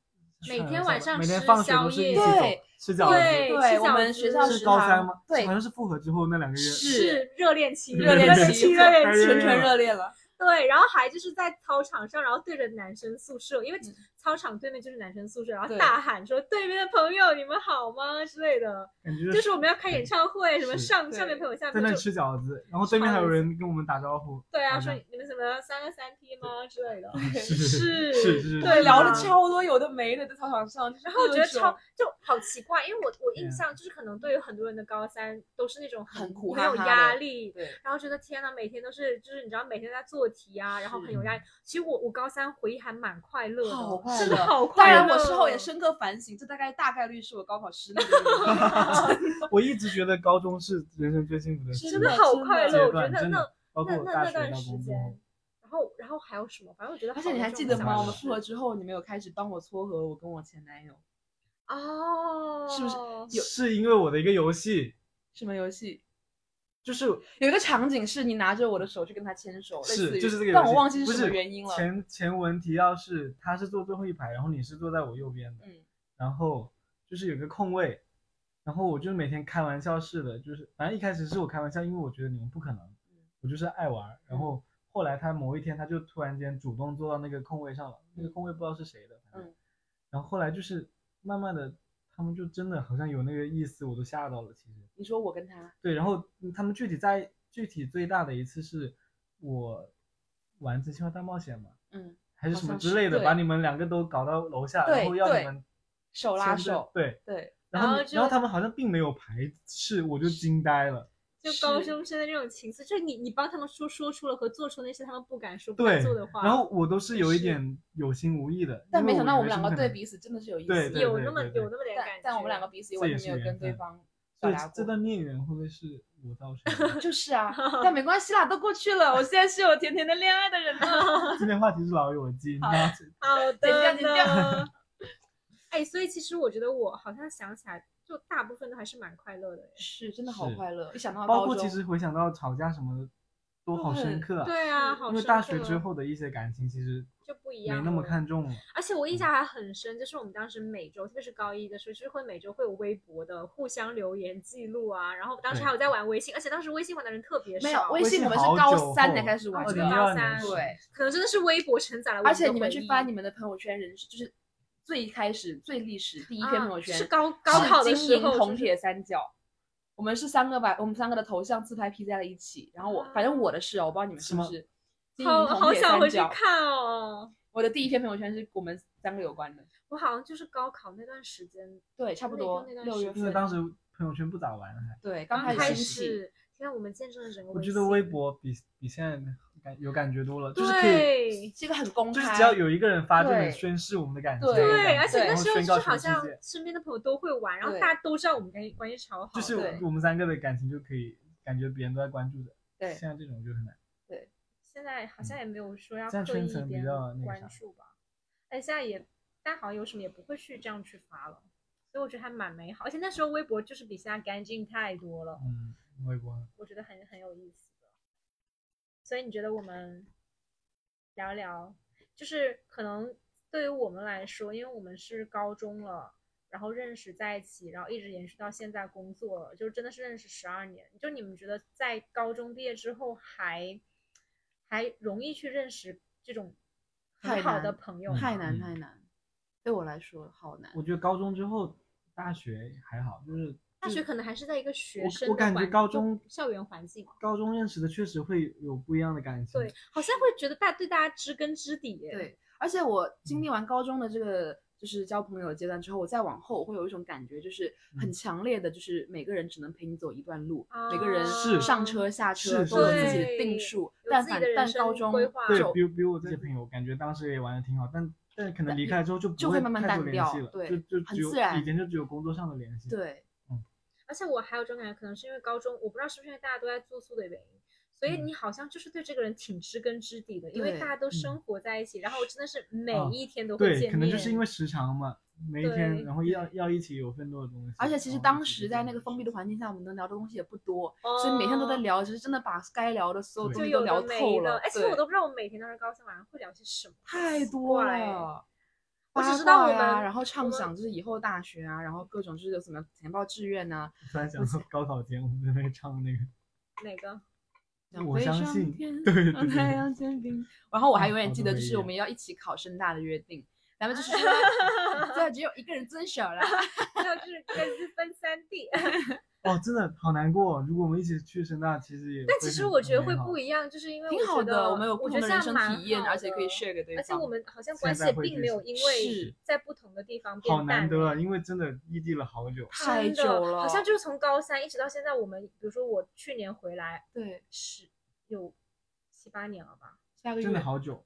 Speaker 1: 每
Speaker 3: 上
Speaker 1: 天
Speaker 3: 下
Speaker 1: 晚
Speaker 3: 班
Speaker 1: 上
Speaker 3: 每天
Speaker 1: 吃
Speaker 3: 放学都是
Speaker 1: 宵
Speaker 3: 一
Speaker 1: 夜
Speaker 3: 起走
Speaker 1: 对吃
Speaker 2: 对
Speaker 3: 吃饺子？
Speaker 2: 对，我
Speaker 1: 饺
Speaker 2: 们
Speaker 1: 子
Speaker 2: 学校
Speaker 1: 是
Speaker 2: 食
Speaker 3: 是高三
Speaker 2: 堂
Speaker 3: 吗？
Speaker 2: 对
Speaker 3: 好，像是复合之后那两个月。
Speaker 2: 是
Speaker 1: 热恋期，
Speaker 2: 热恋
Speaker 3: 期
Speaker 2: 期，
Speaker 1: 热恋
Speaker 3: 哎
Speaker 1: 期，
Speaker 2: 青
Speaker 3: 热
Speaker 2: 春
Speaker 3: 恋
Speaker 2: 热恋了。
Speaker 1: 对，然后还就是在操场上，然后对着男生宿舍，因为
Speaker 2: 嗯
Speaker 1: 操场对面就是男生宿舍，然后
Speaker 2: 对
Speaker 1: 大喊说对面的朋友你们好吗之类的，
Speaker 3: 感觉
Speaker 1: 就是我们要开演唱会，什么
Speaker 3: 是
Speaker 1: 上
Speaker 2: 对
Speaker 1: 上面朋友下
Speaker 3: 在
Speaker 1: 面
Speaker 3: 那
Speaker 1: 就
Speaker 3: 里吃饺子，然后对面还有人跟我们打招呼。
Speaker 1: 对啊，
Speaker 3: 好
Speaker 1: 说
Speaker 3: 像
Speaker 1: 你们什么三个三 P 吗之类的，
Speaker 3: 是
Speaker 1: 是
Speaker 3: 是是
Speaker 1: 对
Speaker 2: 对，啊聊
Speaker 1: 了
Speaker 2: 了超多有的没的，在操场上。就是
Speaker 1: 然后我
Speaker 2: 各
Speaker 1: 觉得
Speaker 2: 种
Speaker 1: 超就好奇怪，因为我我
Speaker 3: 对
Speaker 1: 印
Speaker 3: 啊
Speaker 1: 象就是可能对于很多人的高三都是那种
Speaker 2: 很苦
Speaker 1: 很有
Speaker 2: 哈哈的
Speaker 1: 压力，
Speaker 2: 对，
Speaker 1: 然后觉得天呐，每天都是就是你知道每天在做题啊，然后很
Speaker 2: 是
Speaker 1: 有压力。其实我我高三回忆还蛮快乐的，哦
Speaker 2: 好快
Speaker 1: 真的
Speaker 2: 乐哦
Speaker 1: 好
Speaker 2: 当
Speaker 1: 快乐。
Speaker 2: 然，我事后也深刻反省，这大概大概率是我高考失利的原因。 <laughs>
Speaker 3: 我一直觉得高中是人生最幸福的时
Speaker 1: 真
Speaker 2: 真
Speaker 1: 的
Speaker 2: 的
Speaker 3: 间
Speaker 1: 好
Speaker 2: 真的
Speaker 1: 快乐，
Speaker 3: 阶
Speaker 1: 我觉得
Speaker 3: 段，
Speaker 1: 那
Speaker 3: 真
Speaker 1: 那
Speaker 3: 的，包括
Speaker 1: 那
Speaker 3: 我
Speaker 1: 那
Speaker 3: 大
Speaker 1: 那
Speaker 3: 学
Speaker 1: 段
Speaker 3: 到
Speaker 1: 时
Speaker 3: 工
Speaker 1: 间
Speaker 3: 作
Speaker 1: 然
Speaker 3: 后，，
Speaker 1: 后然后还有什么？反正我觉得好
Speaker 2: 而
Speaker 1: 多这种小事。
Speaker 2: 且你还记得吗？我们
Speaker 3: 是
Speaker 2: 复合之后，你们有开始帮我撮合我跟我前男友
Speaker 1: 哦，
Speaker 2: 是不是有
Speaker 3: 是因为我的一个游戏，
Speaker 2: 什么游戏？
Speaker 3: 就是
Speaker 2: 有一个场景是你拿着我的手去跟他牵手，类似
Speaker 3: 哦是
Speaker 2: 于
Speaker 3: 就是这个游戏，
Speaker 2: 但我忘记是
Speaker 3: 不是
Speaker 2: 什么原因了。
Speaker 3: 前前文提要是他是坐最后一排，然后你是坐在我右边的，
Speaker 2: 嗯，
Speaker 3: 然后就是有个空位，然后我就每天开玩笑似的，就是反正一开始是我开玩笑，因为我觉得你们不可能，
Speaker 2: 嗯
Speaker 3: 我就是爱玩儿。然后后来他某一天他就突然间主动坐到那个空位上了，那个空位不知道是谁的，反正
Speaker 2: 嗯。
Speaker 3: 然后后来就是慢慢的，他们就真的好像有那个意思，我都吓到了。其实
Speaker 2: 你说我跟他
Speaker 3: 对，然后嗯他们具体在具体最大的一次是我玩《真心话大冒险》嘛，
Speaker 2: 嗯
Speaker 3: 还是
Speaker 2: 好
Speaker 3: 什么
Speaker 2: 像
Speaker 3: 之
Speaker 2: 是
Speaker 3: 类的，
Speaker 2: 对
Speaker 3: 把你们两个都搞到楼下，然
Speaker 2: 对
Speaker 3: 后要
Speaker 2: 对
Speaker 3: 你们
Speaker 2: 手拉
Speaker 3: 牵着
Speaker 2: 手，
Speaker 3: 对。
Speaker 2: 对，
Speaker 3: 然
Speaker 1: 然
Speaker 3: 后
Speaker 1: 后
Speaker 3: 你然后
Speaker 1: 就
Speaker 3: 他们好像并没有排斥，我就惊呆
Speaker 2: <laughs>
Speaker 3: 了。
Speaker 1: 就高
Speaker 2: 是
Speaker 1: 中生的那种情思，就是你你帮他们说说出了和做出那些他们不敢说、不
Speaker 3: 对
Speaker 1: 敢做的话，
Speaker 3: 然后我都是有一
Speaker 2: 是
Speaker 3: 点有心无意的，
Speaker 2: 但
Speaker 3: 因
Speaker 2: 没
Speaker 3: 为
Speaker 2: 想到
Speaker 3: 以
Speaker 2: 我
Speaker 3: 为
Speaker 2: 们
Speaker 3: 是
Speaker 2: 两
Speaker 3: 不
Speaker 2: 个
Speaker 3: 可
Speaker 2: 对
Speaker 3: 能
Speaker 2: 彼此真的是有意
Speaker 3: 对
Speaker 2: 思，
Speaker 3: 对
Speaker 1: 有那么
Speaker 3: 对对
Speaker 1: 有那么点
Speaker 2: 但
Speaker 1: 感觉，
Speaker 2: 但我们两个彼此也
Speaker 3: 这
Speaker 2: 完
Speaker 3: 也
Speaker 2: 全没
Speaker 3: 是
Speaker 2: 有
Speaker 3: 缘
Speaker 2: 跟对
Speaker 3: 分
Speaker 2: 方表
Speaker 3: 对
Speaker 2: 达过。
Speaker 3: 这段孽缘会不会是我造成
Speaker 2: <laughs>
Speaker 3: 的？
Speaker 2: 就是啊，但没关系啦，都过去了。我现在是有甜甜的恋爱的人了。
Speaker 3: 今天话题是老友记，你知道这
Speaker 2: <laughs>
Speaker 1: 好
Speaker 2: 剪
Speaker 1: 的
Speaker 2: 掉剪掉 <laughs>
Speaker 1: 呢。哎，所以其实我觉得我好像想起来，就大部分都还是蛮快乐的耶。
Speaker 2: 是，真的好
Speaker 3: 是
Speaker 2: 快乐。一想到
Speaker 3: 包
Speaker 2: 高
Speaker 3: 括
Speaker 2: 中
Speaker 3: 其实回想到吵架什么的，都好深
Speaker 2: 很
Speaker 3: 刻啊。
Speaker 1: 对啊，好
Speaker 3: 因为
Speaker 1: 深
Speaker 3: 大
Speaker 1: 刻
Speaker 3: 学之后的一些感情其实
Speaker 1: 就不一
Speaker 3: 没
Speaker 1: 样，
Speaker 3: 那么看。重了。
Speaker 1: 而且我印象还很深，就是我们当时每周，特别是高一的时候，就是会每周会有微博的互相留言记录啊。然后当时
Speaker 3: 对
Speaker 1: 还有在玩微信，而且当时微信玩的人特别少，
Speaker 2: 没有微
Speaker 3: 微
Speaker 2: 信，我们是
Speaker 3: 好
Speaker 2: 高
Speaker 3: 久
Speaker 2: 三
Speaker 3: 后
Speaker 2: 才开始玩
Speaker 1: 哦
Speaker 2: 的。
Speaker 3: 二
Speaker 1: 这
Speaker 3: 零
Speaker 1: 个
Speaker 3: 一
Speaker 1: 高
Speaker 3: 二
Speaker 1: 三
Speaker 3: 年
Speaker 2: 对，
Speaker 1: 可能真的是微博承载了我
Speaker 2: 而且
Speaker 1: 的
Speaker 2: 你们
Speaker 1: 回
Speaker 2: 去
Speaker 1: 忆
Speaker 2: 翻你们的朋友圈人，就是最开始最历史第一篇
Speaker 1: 啊
Speaker 2: 朋友圈、
Speaker 1: 是高高考的
Speaker 2: 是
Speaker 1: 时
Speaker 2: 金银
Speaker 1: 候
Speaker 2: 铜
Speaker 1: 是不是
Speaker 2: 铁三角。我们是三个把我们三个的头像自拍 P 在了一起，然后我、反正我的是哦，我不知道你们是不是。金银
Speaker 1: 啊好
Speaker 2: 铜
Speaker 1: 好
Speaker 2: 铁
Speaker 1: 想
Speaker 2: 三
Speaker 1: 回去
Speaker 2: 角
Speaker 1: 看哦。
Speaker 2: 我的第一篇朋友圈是我们三个有关的，
Speaker 1: 我好像就是高考那段时间，
Speaker 2: 对，差不
Speaker 1: 那
Speaker 2: 多
Speaker 1: 那段
Speaker 2: 六
Speaker 1: 时
Speaker 2: 月
Speaker 3: 因为
Speaker 2: 份，
Speaker 3: 当时朋友圈不咋玩，还
Speaker 2: 对，刚
Speaker 1: 刚开
Speaker 2: 开始兴起，
Speaker 1: 始，天啊，我们见证了整个
Speaker 3: 我
Speaker 1: 微
Speaker 3: 觉
Speaker 1: 信。
Speaker 3: 得微博比比现在感有感觉多了，就是可以，
Speaker 1: 对
Speaker 2: 是一个很公
Speaker 3: 就
Speaker 2: 开，
Speaker 3: 是只要有一个人发就能
Speaker 2: 对
Speaker 3: 宣誓我们的感觉，
Speaker 2: 对
Speaker 1: 对，
Speaker 2: 对
Speaker 1: 而且那
Speaker 3: 然后
Speaker 1: 时候
Speaker 3: 宣
Speaker 1: 就是
Speaker 3: 告
Speaker 1: 好
Speaker 3: 全世
Speaker 1: 像哦
Speaker 3: 界，
Speaker 1: 身边的朋友都会玩，然后
Speaker 2: 对
Speaker 1: 大家都知道我们关系关系超好，
Speaker 3: 就是
Speaker 2: 对
Speaker 3: 我们三个的感情就可以感觉别人都在关注着。
Speaker 2: 对
Speaker 3: 现在这种就很难。
Speaker 1: 现在好像也没有说要
Speaker 3: 这样
Speaker 1: 刻意
Speaker 3: 嗯圈
Speaker 1: 一
Speaker 3: 层比
Speaker 1: 点
Speaker 3: 较那个
Speaker 1: 关
Speaker 3: 啥
Speaker 1: 注吧，但现在也，但好像有什么也不会去这样去发了，所以我觉得还蛮美好。而且那时候微博就是比现在干净太多了，
Speaker 3: 嗯，微博
Speaker 1: 我觉得很很有意思的。所以你觉得我们聊聊，就是可能对于我们来说，因为我们是高中了，然后认识在一起，然后一直延续到现在工作了，就真的是认识十二年。就你们觉得在高中毕业之后还还容易去认识这种很
Speaker 2: 太
Speaker 1: 好的
Speaker 2: 难
Speaker 1: 朋友吗？
Speaker 2: 太难
Speaker 3: 嗯
Speaker 2: 太难，对我来说好难。
Speaker 3: 我觉得高中之后，大学还好，就是
Speaker 1: 大
Speaker 3: 就
Speaker 1: 学可能还是在一个学
Speaker 3: 我
Speaker 1: 生
Speaker 3: 我
Speaker 1: 的
Speaker 3: 感觉
Speaker 1: 环
Speaker 3: 高
Speaker 1: 就
Speaker 3: 中
Speaker 1: 校园环境。
Speaker 3: 高中认识的确实会有不一样的感情。
Speaker 1: 对，好像会觉得大对大家知根知底耶。
Speaker 2: 对，而且我
Speaker 3: 嗯
Speaker 2: 经历完高中的这个就是交朋友的阶段之后，我再往后我会有一种感觉，就是很
Speaker 3: 嗯
Speaker 2: 强烈的，就是每个人只能陪你走一段路，每个人
Speaker 1: 是
Speaker 2: 上车下
Speaker 3: 是
Speaker 2: 车
Speaker 3: 是
Speaker 2: 都有自己的
Speaker 1: 啊对
Speaker 2: 定数
Speaker 1: 有。
Speaker 2: 但
Speaker 1: 自己
Speaker 2: 凡
Speaker 1: 的人
Speaker 2: 但
Speaker 1: 生
Speaker 2: 高中
Speaker 1: 规划
Speaker 3: 对
Speaker 2: 就
Speaker 3: 比如比如我这些朋友，感觉当时也玩的挺好，但但可能离开之后就
Speaker 2: 就
Speaker 3: 不
Speaker 2: 会
Speaker 3: 会
Speaker 2: 慢慢
Speaker 3: 太多
Speaker 2: 淡
Speaker 3: 联
Speaker 2: 掉
Speaker 3: 系了，
Speaker 2: 对
Speaker 3: 就就
Speaker 2: 很
Speaker 3: 只有
Speaker 2: 自然
Speaker 3: 以前就只有工作上的联系。，
Speaker 2: 对
Speaker 1: 而且我还有种感觉，可能是因为高中，我不知道是不是因为大家都在住宿的原因，所以你好像就是对这个人挺知根知底的，因为
Speaker 2: 嗯对嗯哦
Speaker 1: 大家都生活在一起，然后真的是每
Speaker 3: 啊
Speaker 1: 一天都会见面。
Speaker 3: 对，可能就是因为时长嘛，每一
Speaker 1: 对
Speaker 3: 天然后要要一起有奋斗的东西。
Speaker 2: 而且其实
Speaker 3: 然后一
Speaker 2: 当
Speaker 3: 起
Speaker 2: 时
Speaker 3: 去
Speaker 2: 在
Speaker 3: 做
Speaker 2: 那个封闭的环境下，我们能聊的东西也不多，
Speaker 1: 哦，
Speaker 2: 所以每天都在聊，就是真的把该聊的所有
Speaker 3: 对
Speaker 2: 东
Speaker 1: 就
Speaker 2: 西都
Speaker 1: 有
Speaker 2: 聊
Speaker 1: 的没
Speaker 2: 透
Speaker 1: 的。
Speaker 2: 了。
Speaker 1: 哎，其实
Speaker 2: 对
Speaker 1: 我都不知道我每天当时高兴晚上会聊些什么，
Speaker 2: 太
Speaker 1: 奇
Speaker 2: 多
Speaker 1: 怪。
Speaker 2: 了。
Speaker 1: 我只
Speaker 2: 八
Speaker 1: 知道
Speaker 2: 卦
Speaker 1: 我们
Speaker 2: 呀然后
Speaker 1: 我
Speaker 2: 畅
Speaker 1: 们
Speaker 2: 想就是以后大学啊，然后各种就是有什么填报志愿呐、
Speaker 3: 突然想到高考前我们在那唱那个，
Speaker 1: 哪个？
Speaker 2: 想
Speaker 3: 我
Speaker 2: 飞
Speaker 3: 相
Speaker 2: 上
Speaker 3: 信
Speaker 2: 天啊
Speaker 3: 对对
Speaker 2: <laughs> 让
Speaker 3: 对对
Speaker 2: 太阳煎饼。然后我还
Speaker 3: 啊
Speaker 2: 永远
Speaker 3: 好
Speaker 2: 记
Speaker 3: 多
Speaker 2: 得，就
Speaker 3: 回忆
Speaker 2: 是我
Speaker 3: 啊
Speaker 2: 们要一起考深大的约定，咱
Speaker 1: <laughs>
Speaker 2: 们就是说，这只有一个人遵守了。
Speaker 1: 还有就是各自分三
Speaker 2: <laughs>
Speaker 1: 地。
Speaker 3: 哦，真的好难过。如果我们一起去深大，其实也
Speaker 1: 但其实我觉得会不一
Speaker 3: 一
Speaker 1: 样，就是因为
Speaker 2: 挺
Speaker 1: 我觉
Speaker 2: 好的，我们有
Speaker 1: 我
Speaker 2: 不
Speaker 1: 觉
Speaker 2: 同
Speaker 1: 得这
Speaker 2: 的人
Speaker 1: 样
Speaker 2: 生
Speaker 1: 蛮
Speaker 2: 体验，
Speaker 1: 好
Speaker 2: 而且可以
Speaker 1: 的
Speaker 2: share 给对
Speaker 1: 而
Speaker 2: 方。
Speaker 1: 且我们好像
Speaker 3: 现
Speaker 1: 关
Speaker 3: 在
Speaker 1: 系也
Speaker 3: 会
Speaker 1: 并
Speaker 3: 觉
Speaker 1: 没
Speaker 3: 得
Speaker 1: 有因为
Speaker 2: 是
Speaker 1: 在不同的地方变
Speaker 3: 好
Speaker 1: 淡欸
Speaker 3: 难得
Speaker 1: 了
Speaker 3: 啊，因为真的异地了好久。
Speaker 1: 真
Speaker 2: 太
Speaker 1: 的
Speaker 2: 久了
Speaker 1: 好像就是从高三一直到现在，我们比如说我去年回来
Speaker 2: 对
Speaker 1: 是有七八年了吧，
Speaker 2: 下个
Speaker 3: 真的
Speaker 2: 月
Speaker 3: 好久，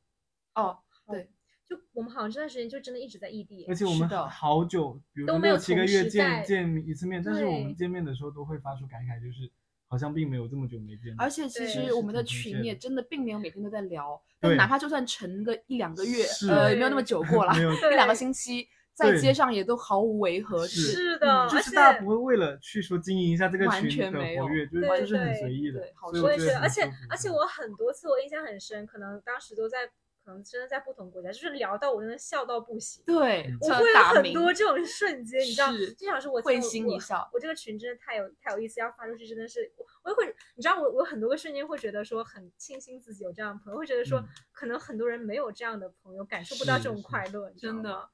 Speaker 2: 哦，对，
Speaker 1: 就我们好像这段时间就真的一直在异地
Speaker 3: 而，且我
Speaker 2: 是
Speaker 3: 们
Speaker 2: 的
Speaker 3: 好久，比如
Speaker 1: 都
Speaker 3: 说
Speaker 1: 没有
Speaker 3: 六七个
Speaker 1: 同时
Speaker 3: 月
Speaker 1: 在
Speaker 3: 见见一次面，但是我
Speaker 1: 对
Speaker 3: 们见面的时候都会发出感慨，就是好像并没有这么久没见了。
Speaker 2: 而且其
Speaker 1: 对
Speaker 2: 实
Speaker 3: 是
Speaker 2: 我们的
Speaker 3: 挺亲
Speaker 2: 群
Speaker 3: 切
Speaker 2: 也
Speaker 3: 的
Speaker 2: 真的并没有每天都在聊，但
Speaker 3: 对
Speaker 2: 哪怕就算沉个一两个月，
Speaker 3: 是
Speaker 2: 呃，也没有那么久过了，
Speaker 3: <laughs> 没有
Speaker 2: 一两个
Speaker 1: 对
Speaker 2: 星期，在街
Speaker 3: 对
Speaker 2: 上也都毫无违和，就是
Speaker 1: 是的，
Speaker 3: 就
Speaker 1: 而
Speaker 3: 是
Speaker 1: 且
Speaker 3: 大家不会为了去说经营一下这个
Speaker 2: 完
Speaker 3: 群
Speaker 2: 全
Speaker 3: 的
Speaker 2: 没有
Speaker 3: 活跃，就是
Speaker 1: 对
Speaker 3: 就是很
Speaker 1: 对
Speaker 3: 随意的
Speaker 2: 对。好
Speaker 3: 所以
Speaker 1: 我也
Speaker 3: 觉
Speaker 1: 觉得，
Speaker 3: 得
Speaker 1: 而
Speaker 3: 很
Speaker 1: 且
Speaker 3: 舒服
Speaker 1: 而且我很多次我印象很深，可能当时都在，可能真的在不同国家，就是聊到我真的笑到不行，
Speaker 2: 对
Speaker 3: 嗯，
Speaker 1: 我
Speaker 2: 叫
Speaker 1: 会有
Speaker 2: 打
Speaker 1: 很
Speaker 2: 鸣
Speaker 1: 多这种瞬间，你知道，
Speaker 2: 是
Speaker 1: 就想说我
Speaker 2: 会
Speaker 1: 天我
Speaker 2: 心一
Speaker 1: 我
Speaker 2: 笑。
Speaker 1: 我这个群真的太有太有意思，要发出去真的是，我我也会，你知道我我有很多个瞬间会觉得说很庆幸自己有这样的朋友，会觉得说
Speaker 3: 嗯
Speaker 1: 可能很多人没有这样的朋友，感受不到这
Speaker 3: 是
Speaker 1: 种
Speaker 3: 是
Speaker 1: 快乐，你知道
Speaker 2: 真的
Speaker 1: 吗。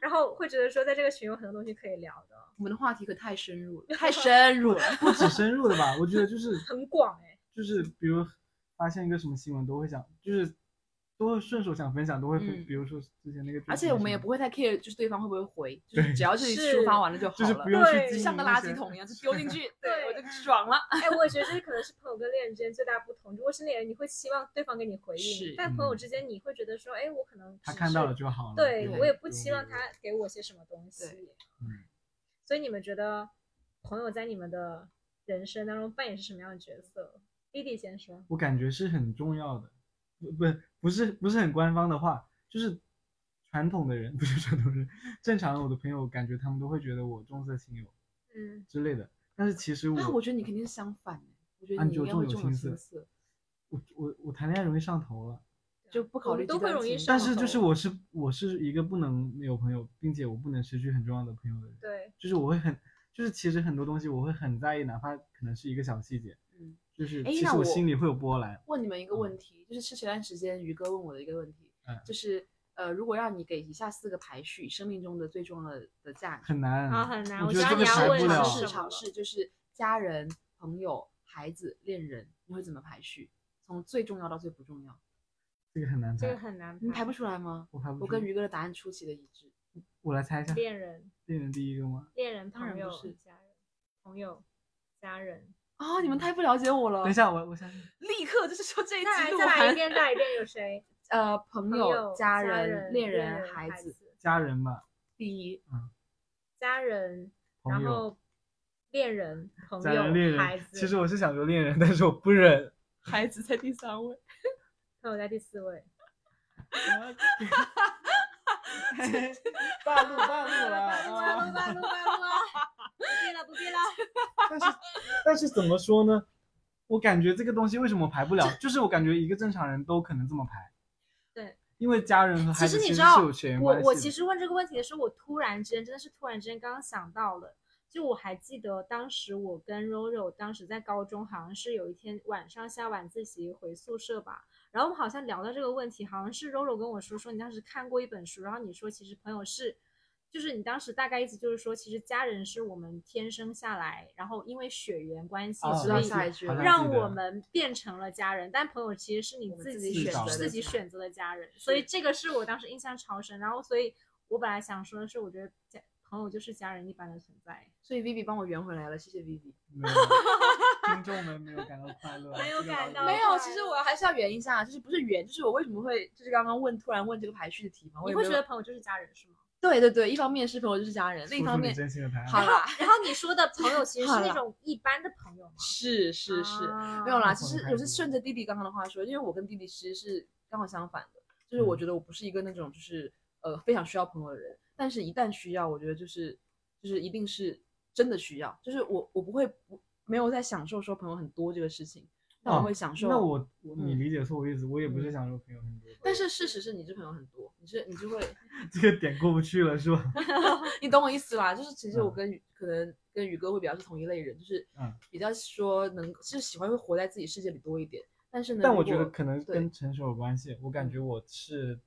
Speaker 1: 然后会觉得说在这个群有很多东西可以聊的，
Speaker 2: 我们的话题可太深入
Speaker 1: <laughs>
Speaker 2: 了，太深
Speaker 3: <laughs>
Speaker 2: 入了。
Speaker 3: 不止深入的吧，我觉得就是
Speaker 1: 很广哎。
Speaker 3: 就是比如发现一个什么新闻，都会想，就是都会顺手想分享，都会分、
Speaker 2: 嗯
Speaker 3: 比如说之前那个，
Speaker 2: 而且我们也不。会太 care，就是对方会不会回，就是只要自己抒
Speaker 1: 是
Speaker 2: 发完了就好
Speaker 3: <laughs> 就是
Speaker 2: 了
Speaker 3: 不，用
Speaker 1: 对
Speaker 3: 去经
Speaker 2: 就
Speaker 3: 营
Speaker 2: 像个
Speaker 3: 那
Speaker 2: 垃
Speaker 3: 些
Speaker 2: 圾桶一样，就丢进去，
Speaker 1: <laughs> 对
Speaker 2: 对我就爽
Speaker 3: <laughs>
Speaker 2: 了。
Speaker 1: 哎，我也觉得这可能是朋友跟恋人之间最大不同。如果是恋人，你会期望对方给你回应
Speaker 2: 是，
Speaker 1: 但朋友
Speaker 3: 嗯
Speaker 1: 之间你会觉得说，哎，我可能
Speaker 3: 他
Speaker 1: 只
Speaker 3: 看到
Speaker 1: 是
Speaker 3: 了就好了。
Speaker 1: 对
Speaker 2: 对
Speaker 1: 我也不
Speaker 3: 用
Speaker 1: 期望
Speaker 3: 理
Speaker 1: 他给我些什么东西
Speaker 2: 对。
Speaker 3: 嗯
Speaker 1: 所以你们觉得朋友在你们的人生当中扮演是什么样的角色？弟弟先说，
Speaker 3: 我感觉是很重要的，不不不是不是很官方的话，就是传统的人不 <laughs> 是传统人，正常我的朋友感觉他们都会觉得我重色轻友
Speaker 1: 嗯，
Speaker 3: 之类的，但是其实我
Speaker 2: 那我觉得你肯定是相反的，我觉
Speaker 3: 啊
Speaker 2: 得
Speaker 3: 你
Speaker 2: 你
Speaker 3: 就
Speaker 2: 应该
Speaker 3: 重
Speaker 2: 会
Speaker 3: 有
Speaker 2: 重有
Speaker 3: 轻
Speaker 2: 轻
Speaker 3: 色
Speaker 2: 色，
Speaker 3: 我我我谈恋爱容易上头了，
Speaker 2: 就不考
Speaker 1: 啊我们
Speaker 2: 虑
Speaker 1: 都
Speaker 2: 极
Speaker 1: 会
Speaker 2: 端
Speaker 1: 容易
Speaker 2: 情
Speaker 1: 上
Speaker 3: 但
Speaker 2: 况
Speaker 3: 是就是
Speaker 1: 头
Speaker 3: 我是我是一个不能没有朋友，并且我不能失去很重要的朋友的人，
Speaker 1: 对，
Speaker 3: 就是我会很就是其实很多东西我会很在意，哪怕可能是一个小细节，
Speaker 2: 嗯，
Speaker 3: 就是
Speaker 1: 哎
Speaker 2: 诶
Speaker 3: 其
Speaker 2: 那
Speaker 3: 实
Speaker 2: 我
Speaker 3: 心里会有波澜。
Speaker 2: 问你们一个
Speaker 3: 嗯
Speaker 2: 问题，就是是前段时间于哥问我的一个问题，
Speaker 3: 嗯
Speaker 2: 就是呃，如果让你给以下四个排序，生命中的最重要的的价值，
Speaker 3: 很难
Speaker 1: 啊，很难。
Speaker 3: 我
Speaker 1: 知
Speaker 3: 觉
Speaker 1: 道你
Speaker 3: 得这个
Speaker 1: 要
Speaker 3: 排
Speaker 1: 问
Speaker 3: 不了
Speaker 2: 尝
Speaker 1: 是
Speaker 2: 试
Speaker 1: 什么
Speaker 2: 尝试，就是家人、朋友、孩子、恋人，你会怎么排序？从最重要到最不重要，
Speaker 3: 这个很难
Speaker 1: 这个
Speaker 3: 猜，
Speaker 1: 很难
Speaker 2: 你嗯排不出来吗？
Speaker 3: 我排不出。
Speaker 2: 我跟鱼哥的答案出奇的一致，
Speaker 3: 我来猜一下，
Speaker 1: 恋人、
Speaker 3: 恋人第一个吗？
Speaker 1: 恋人、
Speaker 2: 当然
Speaker 1: 朋
Speaker 2: 不
Speaker 1: 友
Speaker 2: 是、
Speaker 1: 家人、朋友、家人。
Speaker 2: 啊、你们太不了解我了。
Speaker 3: 嗯等一，下，我我想想，
Speaker 2: 立刻就是说这一
Speaker 1: 再来
Speaker 2: 期录
Speaker 1: 再来一
Speaker 2: 完，
Speaker 1: 遍，再来一遍，有谁？
Speaker 2: 呃，朋
Speaker 1: 朋
Speaker 2: 友、家
Speaker 1: 人、
Speaker 2: 恋
Speaker 1: 人、
Speaker 2: 孩
Speaker 1: 子、
Speaker 3: 家人吧，
Speaker 2: 第一，
Speaker 1: 家人，
Speaker 3: 朋
Speaker 1: 然
Speaker 3: 友，
Speaker 1: 后恋人、朋
Speaker 3: 家人，
Speaker 1: 友、
Speaker 3: 恋
Speaker 1: 孩
Speaker 3: 人。
Speaker 1: 子。
Speaker 3: 其实我是想说恋人，但是我不 <laughs> 忍。
Speaker 2: 孩子在第三位。
Speaker 1: 朋友在第四位。
Speaker 3: 半路半
Speaker 1: 哎半路
Speaker 3: 路啊了，啊
Speaker 1: 半路半路啊！不必了，不必
Speaker 3: <laughs>
Speaker 1: 了。
Speaker 3: 但是但是怎么说呢？我感觉这个东西为什么排不了？就是我感觉一个正常人都可能这么排。
Speaker 1: 对，
Speaker 3: 因为家人和孩
Speaker 1: 其
Speaker 3: 子
Speaker 1: 实你
Speaker 3: 其
Speaker 1: 知
Speaker 3: 实
Speaker 1: 道
Speaker 3: 是有血缘，
Speaker 1: 我
Speaker 3: 关系
Speaker 1: 我
Speaker 3: 的
Speaker 1: 其实问这个问题的时候，我突然之间真的是突然之间刚刚想到了，就我还记得当时我跟柔柔当时在高中，好像是有一天晚上下晚自习回宿舍吧，然后我们好像聊到这个问题，好像是柔柔跟我说说你当时看过一本书，然后你说其实朋友是。就是你当时大概意思就是说，其实家人是我们天生下来，然后因为血缘关系，
Speaker 3: 啊
Speaker 2: 知
Speaker 1: 所
Speaker 2: 道
Speaker 1: 以
Speaker 2: 下一句了
Speaker 1: 让我。
Speaker 3: 好像记得
Speaker 1: 们变成了家人，但朋友其实是你
Speaker 2: 我们
Speaker 1: 自
Speaker 2: 自
Speaker 1: 己
Speaker 2: 己
Speaker 1: 选
Speaker 3: 选择的
Speaker 1: 自己
Speaker 2: 家
Speaker 1: 选择的家人，所以这个是我当时印象超深。然后，所以我本来想说的是，我觉得家朋友就是家人一般的存在，
Speaker 2: 所以 Vivi 帮我圆回来了，谢谢 Vivi。
Speaker 3: 没有 <laughs> 听众们没有感到快乐啊，
Speaker 1: 没有
Speaker 3: 这个
Speaker 1: 感
Speaker 3: 老
Speaker 1: 到
Speaker 3: 师
Speaker 2: 没有，其实我还是要圆一下，啊就是不是圆，就是我为什么会就是刚刚问突然问这个排序的题嘛？我
Speaker 1: 你
Speaker 2: 也
Speaker 1: 会
Speaker 2: 没
Speaker 1: 觉
Speaker 2: 有
Speaker 1: 得朋友就是家人是吗？
Speaker 2: 对对对，一方面是朋友就是家人，另一
Speaker 3: 说
Speaker 2: 方
Speaker 3: 出你
Speaker 2: 面
Speaker 3: 真心的答案。
Speaker 2: 好啦，
Speaker 1: 然后你说的朋友其实是
Speaker 2: 好
Speaker 1: 那
Speaker 2: 啦
Speaker 1: 种一般的朋友吗？
Speaker 2: 是是是，
Speaker 1: 啊
Speaker 2: 没有啦，
Speaker 3: 那
Speaker 2: 其
Speaker 3: 朋友
Speaker 2: 实
Speaker 3: 太
Speaker 2: 我
Speaker 3: 多
Speaker 2: 是顺着弟弟刚刚的话说，因为我跟弟弟其实是刚好相反的，就是我
Speaker 3: 嗯
Speaker 2: 觉得我不是一个那种就是呃非常需要朋友的人，但是一旦需要，我觉得就是就是一定是真的需要，就是我我不会不没有在享受说朋友很多这个事情，但我
Speaker 3: 哦
Speaker 2: 会享受。
Speaker 3: 那我我你
Speaker 2: 嗯
Speaker 3: 理解错我意思，我也不是
Speaker 2: 嗯
Speaker 3: 想说朋友很多，
Speaker 2: 但是事实是你这朋友很多，你是你就会，
Speaker 3: 这个点过不去了是吧？
Speaker 2: 你懂我意思啦？就是其实我
Speaker 3: 嗯
Speaker 2: 跟宇、可能跟宇哥会比较是同一类人，就是
Speaker 3: 嗯
Speaker 2: 比较说能就是喜欢会活在自己世界里多一点。但是呢，
Speaker 3: 但
Speaker 2: 如
Speaker 3: 我觉得
Speaker 2: 果
Speaker 3: 可能
Speaker 2: 对嗯
Speaker 3: 跟成熟有关系。我感觉我是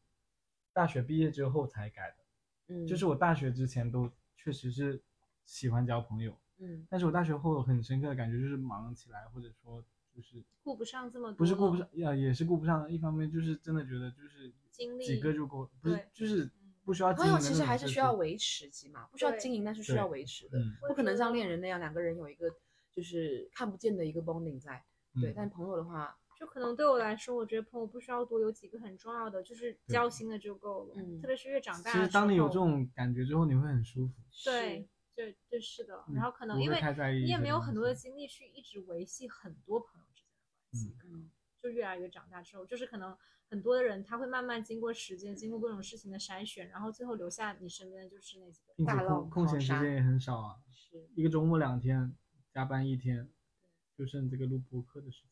Speaker 3: 大学毕业之后才改的，
Speaker 2: 嗯，
Speaker 3: 就是我大学之前都确实是喜欢交朋友，
Speaker 2: 嗯，
Speaker 3: 但是我大学后有很深刻的感觉就是忙起来，或者说就是
Speaker 1: 顾不上这么多，
Speaker 3: 不是顾不上，，呃，也是顾不上。一方面就是真的觉得就是
Speaker 1: 精
Speaker 3: 几
Speaker 1: 力
Speaker 3: 个就够，不是
Speaker 1: 对
Speaker 3: 就是不需要经
Speaker 2: 嗯朋
Speaker 3: 营
Speaker 2: 友
Speaker 3: 的
Speaker 2: 其
Speaker 3: 那
Speaker 2: 实
Speaker 3: 种
Speaker 2: 还是
Speaker 3: 社
Speaker 2: 需要
Speaker 3: 交
Speaker 2: 维持，起码不需要
Speaker 1: 对
Speaker 2: 经营，但是需
Speaker 3: 对
Speaker 2: 要维持的，
Speaker 3: 嗯
Speaker 1: 我
Speaker 2: 不可能
Speaker 1: 觉
Speaker 2: 像
Speaker 1: 得
Speaker 2: 恋人那样两个人有一个就是看不见的一个 bonding 在。对，
Speaker 3: 嗯
Speaker 2: 但朋友的话，
Speaker 1: 就可能对我来说，我觉得朋友不需要多，有几个很重要的，就是
Speaker 3: 对
Speaker 1: 交心的就够了。
Speaker 2: 嗯
Speaker 1: 特别是越长大
Speaker 3: 其
Speaker 1: 的
Speaker 3: 实
Speaker 1: 时
Speaker 3: 当你有
Speaker 1: 候
Speaker 3: 这种感觉之后，你会很舒服。
Speaker 1: 对，这这是的。然后可能
Speaker 3: 嗯不
Speaker 1: 因
Speaker 3: 会
Speaker 1: 为
Speaker 3: 太在意
Speaker 1: 你也
Speaker 3: 这
Speaker 1: 没有
Speaker 3: 个东
Speaker 1: 很多的
Speaker 3: 西
Speaker 1: 精力去一直维系很多朋友之间的关系，
Speaker 3: 嗯
Speaker 1: 可能就越来越长大之后，就是可能很多的人他会慢慢经过时间，经过各种事情的筛选，然后最后留下你身边的就是那几个。
Speaker 3: 并
Speaker 2: 大
Speaker 3: 且
Speaker 2: 浪
Speaker 3: 空空
Speaker 2: 淘
Speaker 3: 闲时
Speaker 2: 沙
Speaker 3: 间也很少啊，
Speaker 2: 是
Speaker 3: 一个周末两天，加班一天，就剩这个录播课的时
Speaker 1: <laughs>
Speaker 3: 间。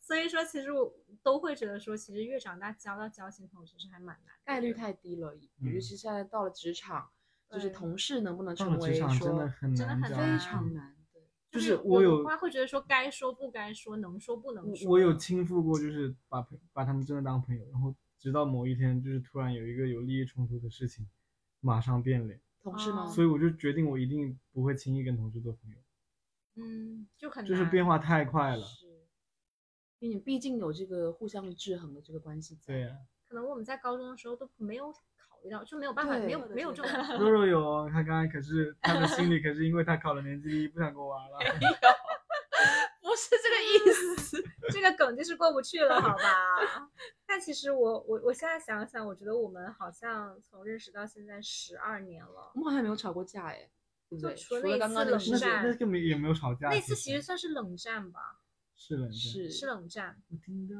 Speaker 1: 所以说，其实我都会觉得说，其实越长大交到交心朋友其实还蛮难的，
Speaker 2: 概率太低了，尤其是现在到了职场，就是
Speaker 1: 对
Speaker 2: 同事能不能
Speaker 3: 嗯到
Speaker 2: 成
Speaker 3: 了职
Speaker 2: 为
Speaker 3: 场真的啊
Speaker 2: 说
Speaker 3: 很
Speaker 1: 真的
Speaker 3: 难
Speaker 1: 很
Speaker 3: 交，
Speaker 2: 非
Speaker 1: 难
Speaker 2: 常难。对，
Speaker 3: 就是
Speaker 1: 是
Speaker 3: 我
Speaker 1: 有
Speaker 3: 有
Speaker 1: 的话会觉得说该说不该说，能说不能
Speaker 3: 我
Speaker 1: 说。
Speaker 3: 我有亲赴过，就是把朋把他们真的当朋友，然后直到某一天，就是突然有一个有利益冲突的事情，马上变脸，
Speaker 2: 同事吗？
Speaker 1: 哦
Speaker 3: 所以我就决定我一定不会轻易跟同事做朋友，
Speaker 1: 嗯，就很
Speaker 3: 就是
Speaker 1: 难
Speaker 3: 变化太快了。
Speaker 2: 是，因为你毕竟有这个互相制衡的这个关系在。
Speaker 3: 对啊呀、
Speaker 1: 可能我们在高中的时候都没有考虑到，就没有办法，
Speaker 2: 对
Speaker 1: 没有
Speaker 2: 对的
Speaker 1: 没有这
Speaker 2: 对
Speaker 1: 种
Speaker 2: 的
Speaker 1: 考虑
Speaker 3: 肉肉有哦，他刚才可是他的心里可是因为他考了年级第一，不想跟我玩了。
Speaker 2: 不是这个意思。
Speaker 1: 这个梗就是过不去了，好吧？
Speaker 2: <laughs>
Speaker 1: 但其实我我我现在想想，我觉得我们好像从认识到现在十二年了
Speaker 2: 我。们好像没有吵过架哎，对不
Speaker 1: 就
Speaker 2: 对？
Speaker 1: 除
Speaker 2: 除
Speaker 1: 了那一次
Speaker 2: 了刚刚这个
Speaker 1: 冷
Speaker 2: 事
Speaker 3: 那
Speaker 2: 情
Speaker 1: 战
Speaker 3: 那个没也没有吵架。
Speaker 1: 那次其实算是冷战吧，
Speaker 3: 是冷战。
Speaker 2: 是
Speaker 1: 是冷战。
Speaker 3: 我听到。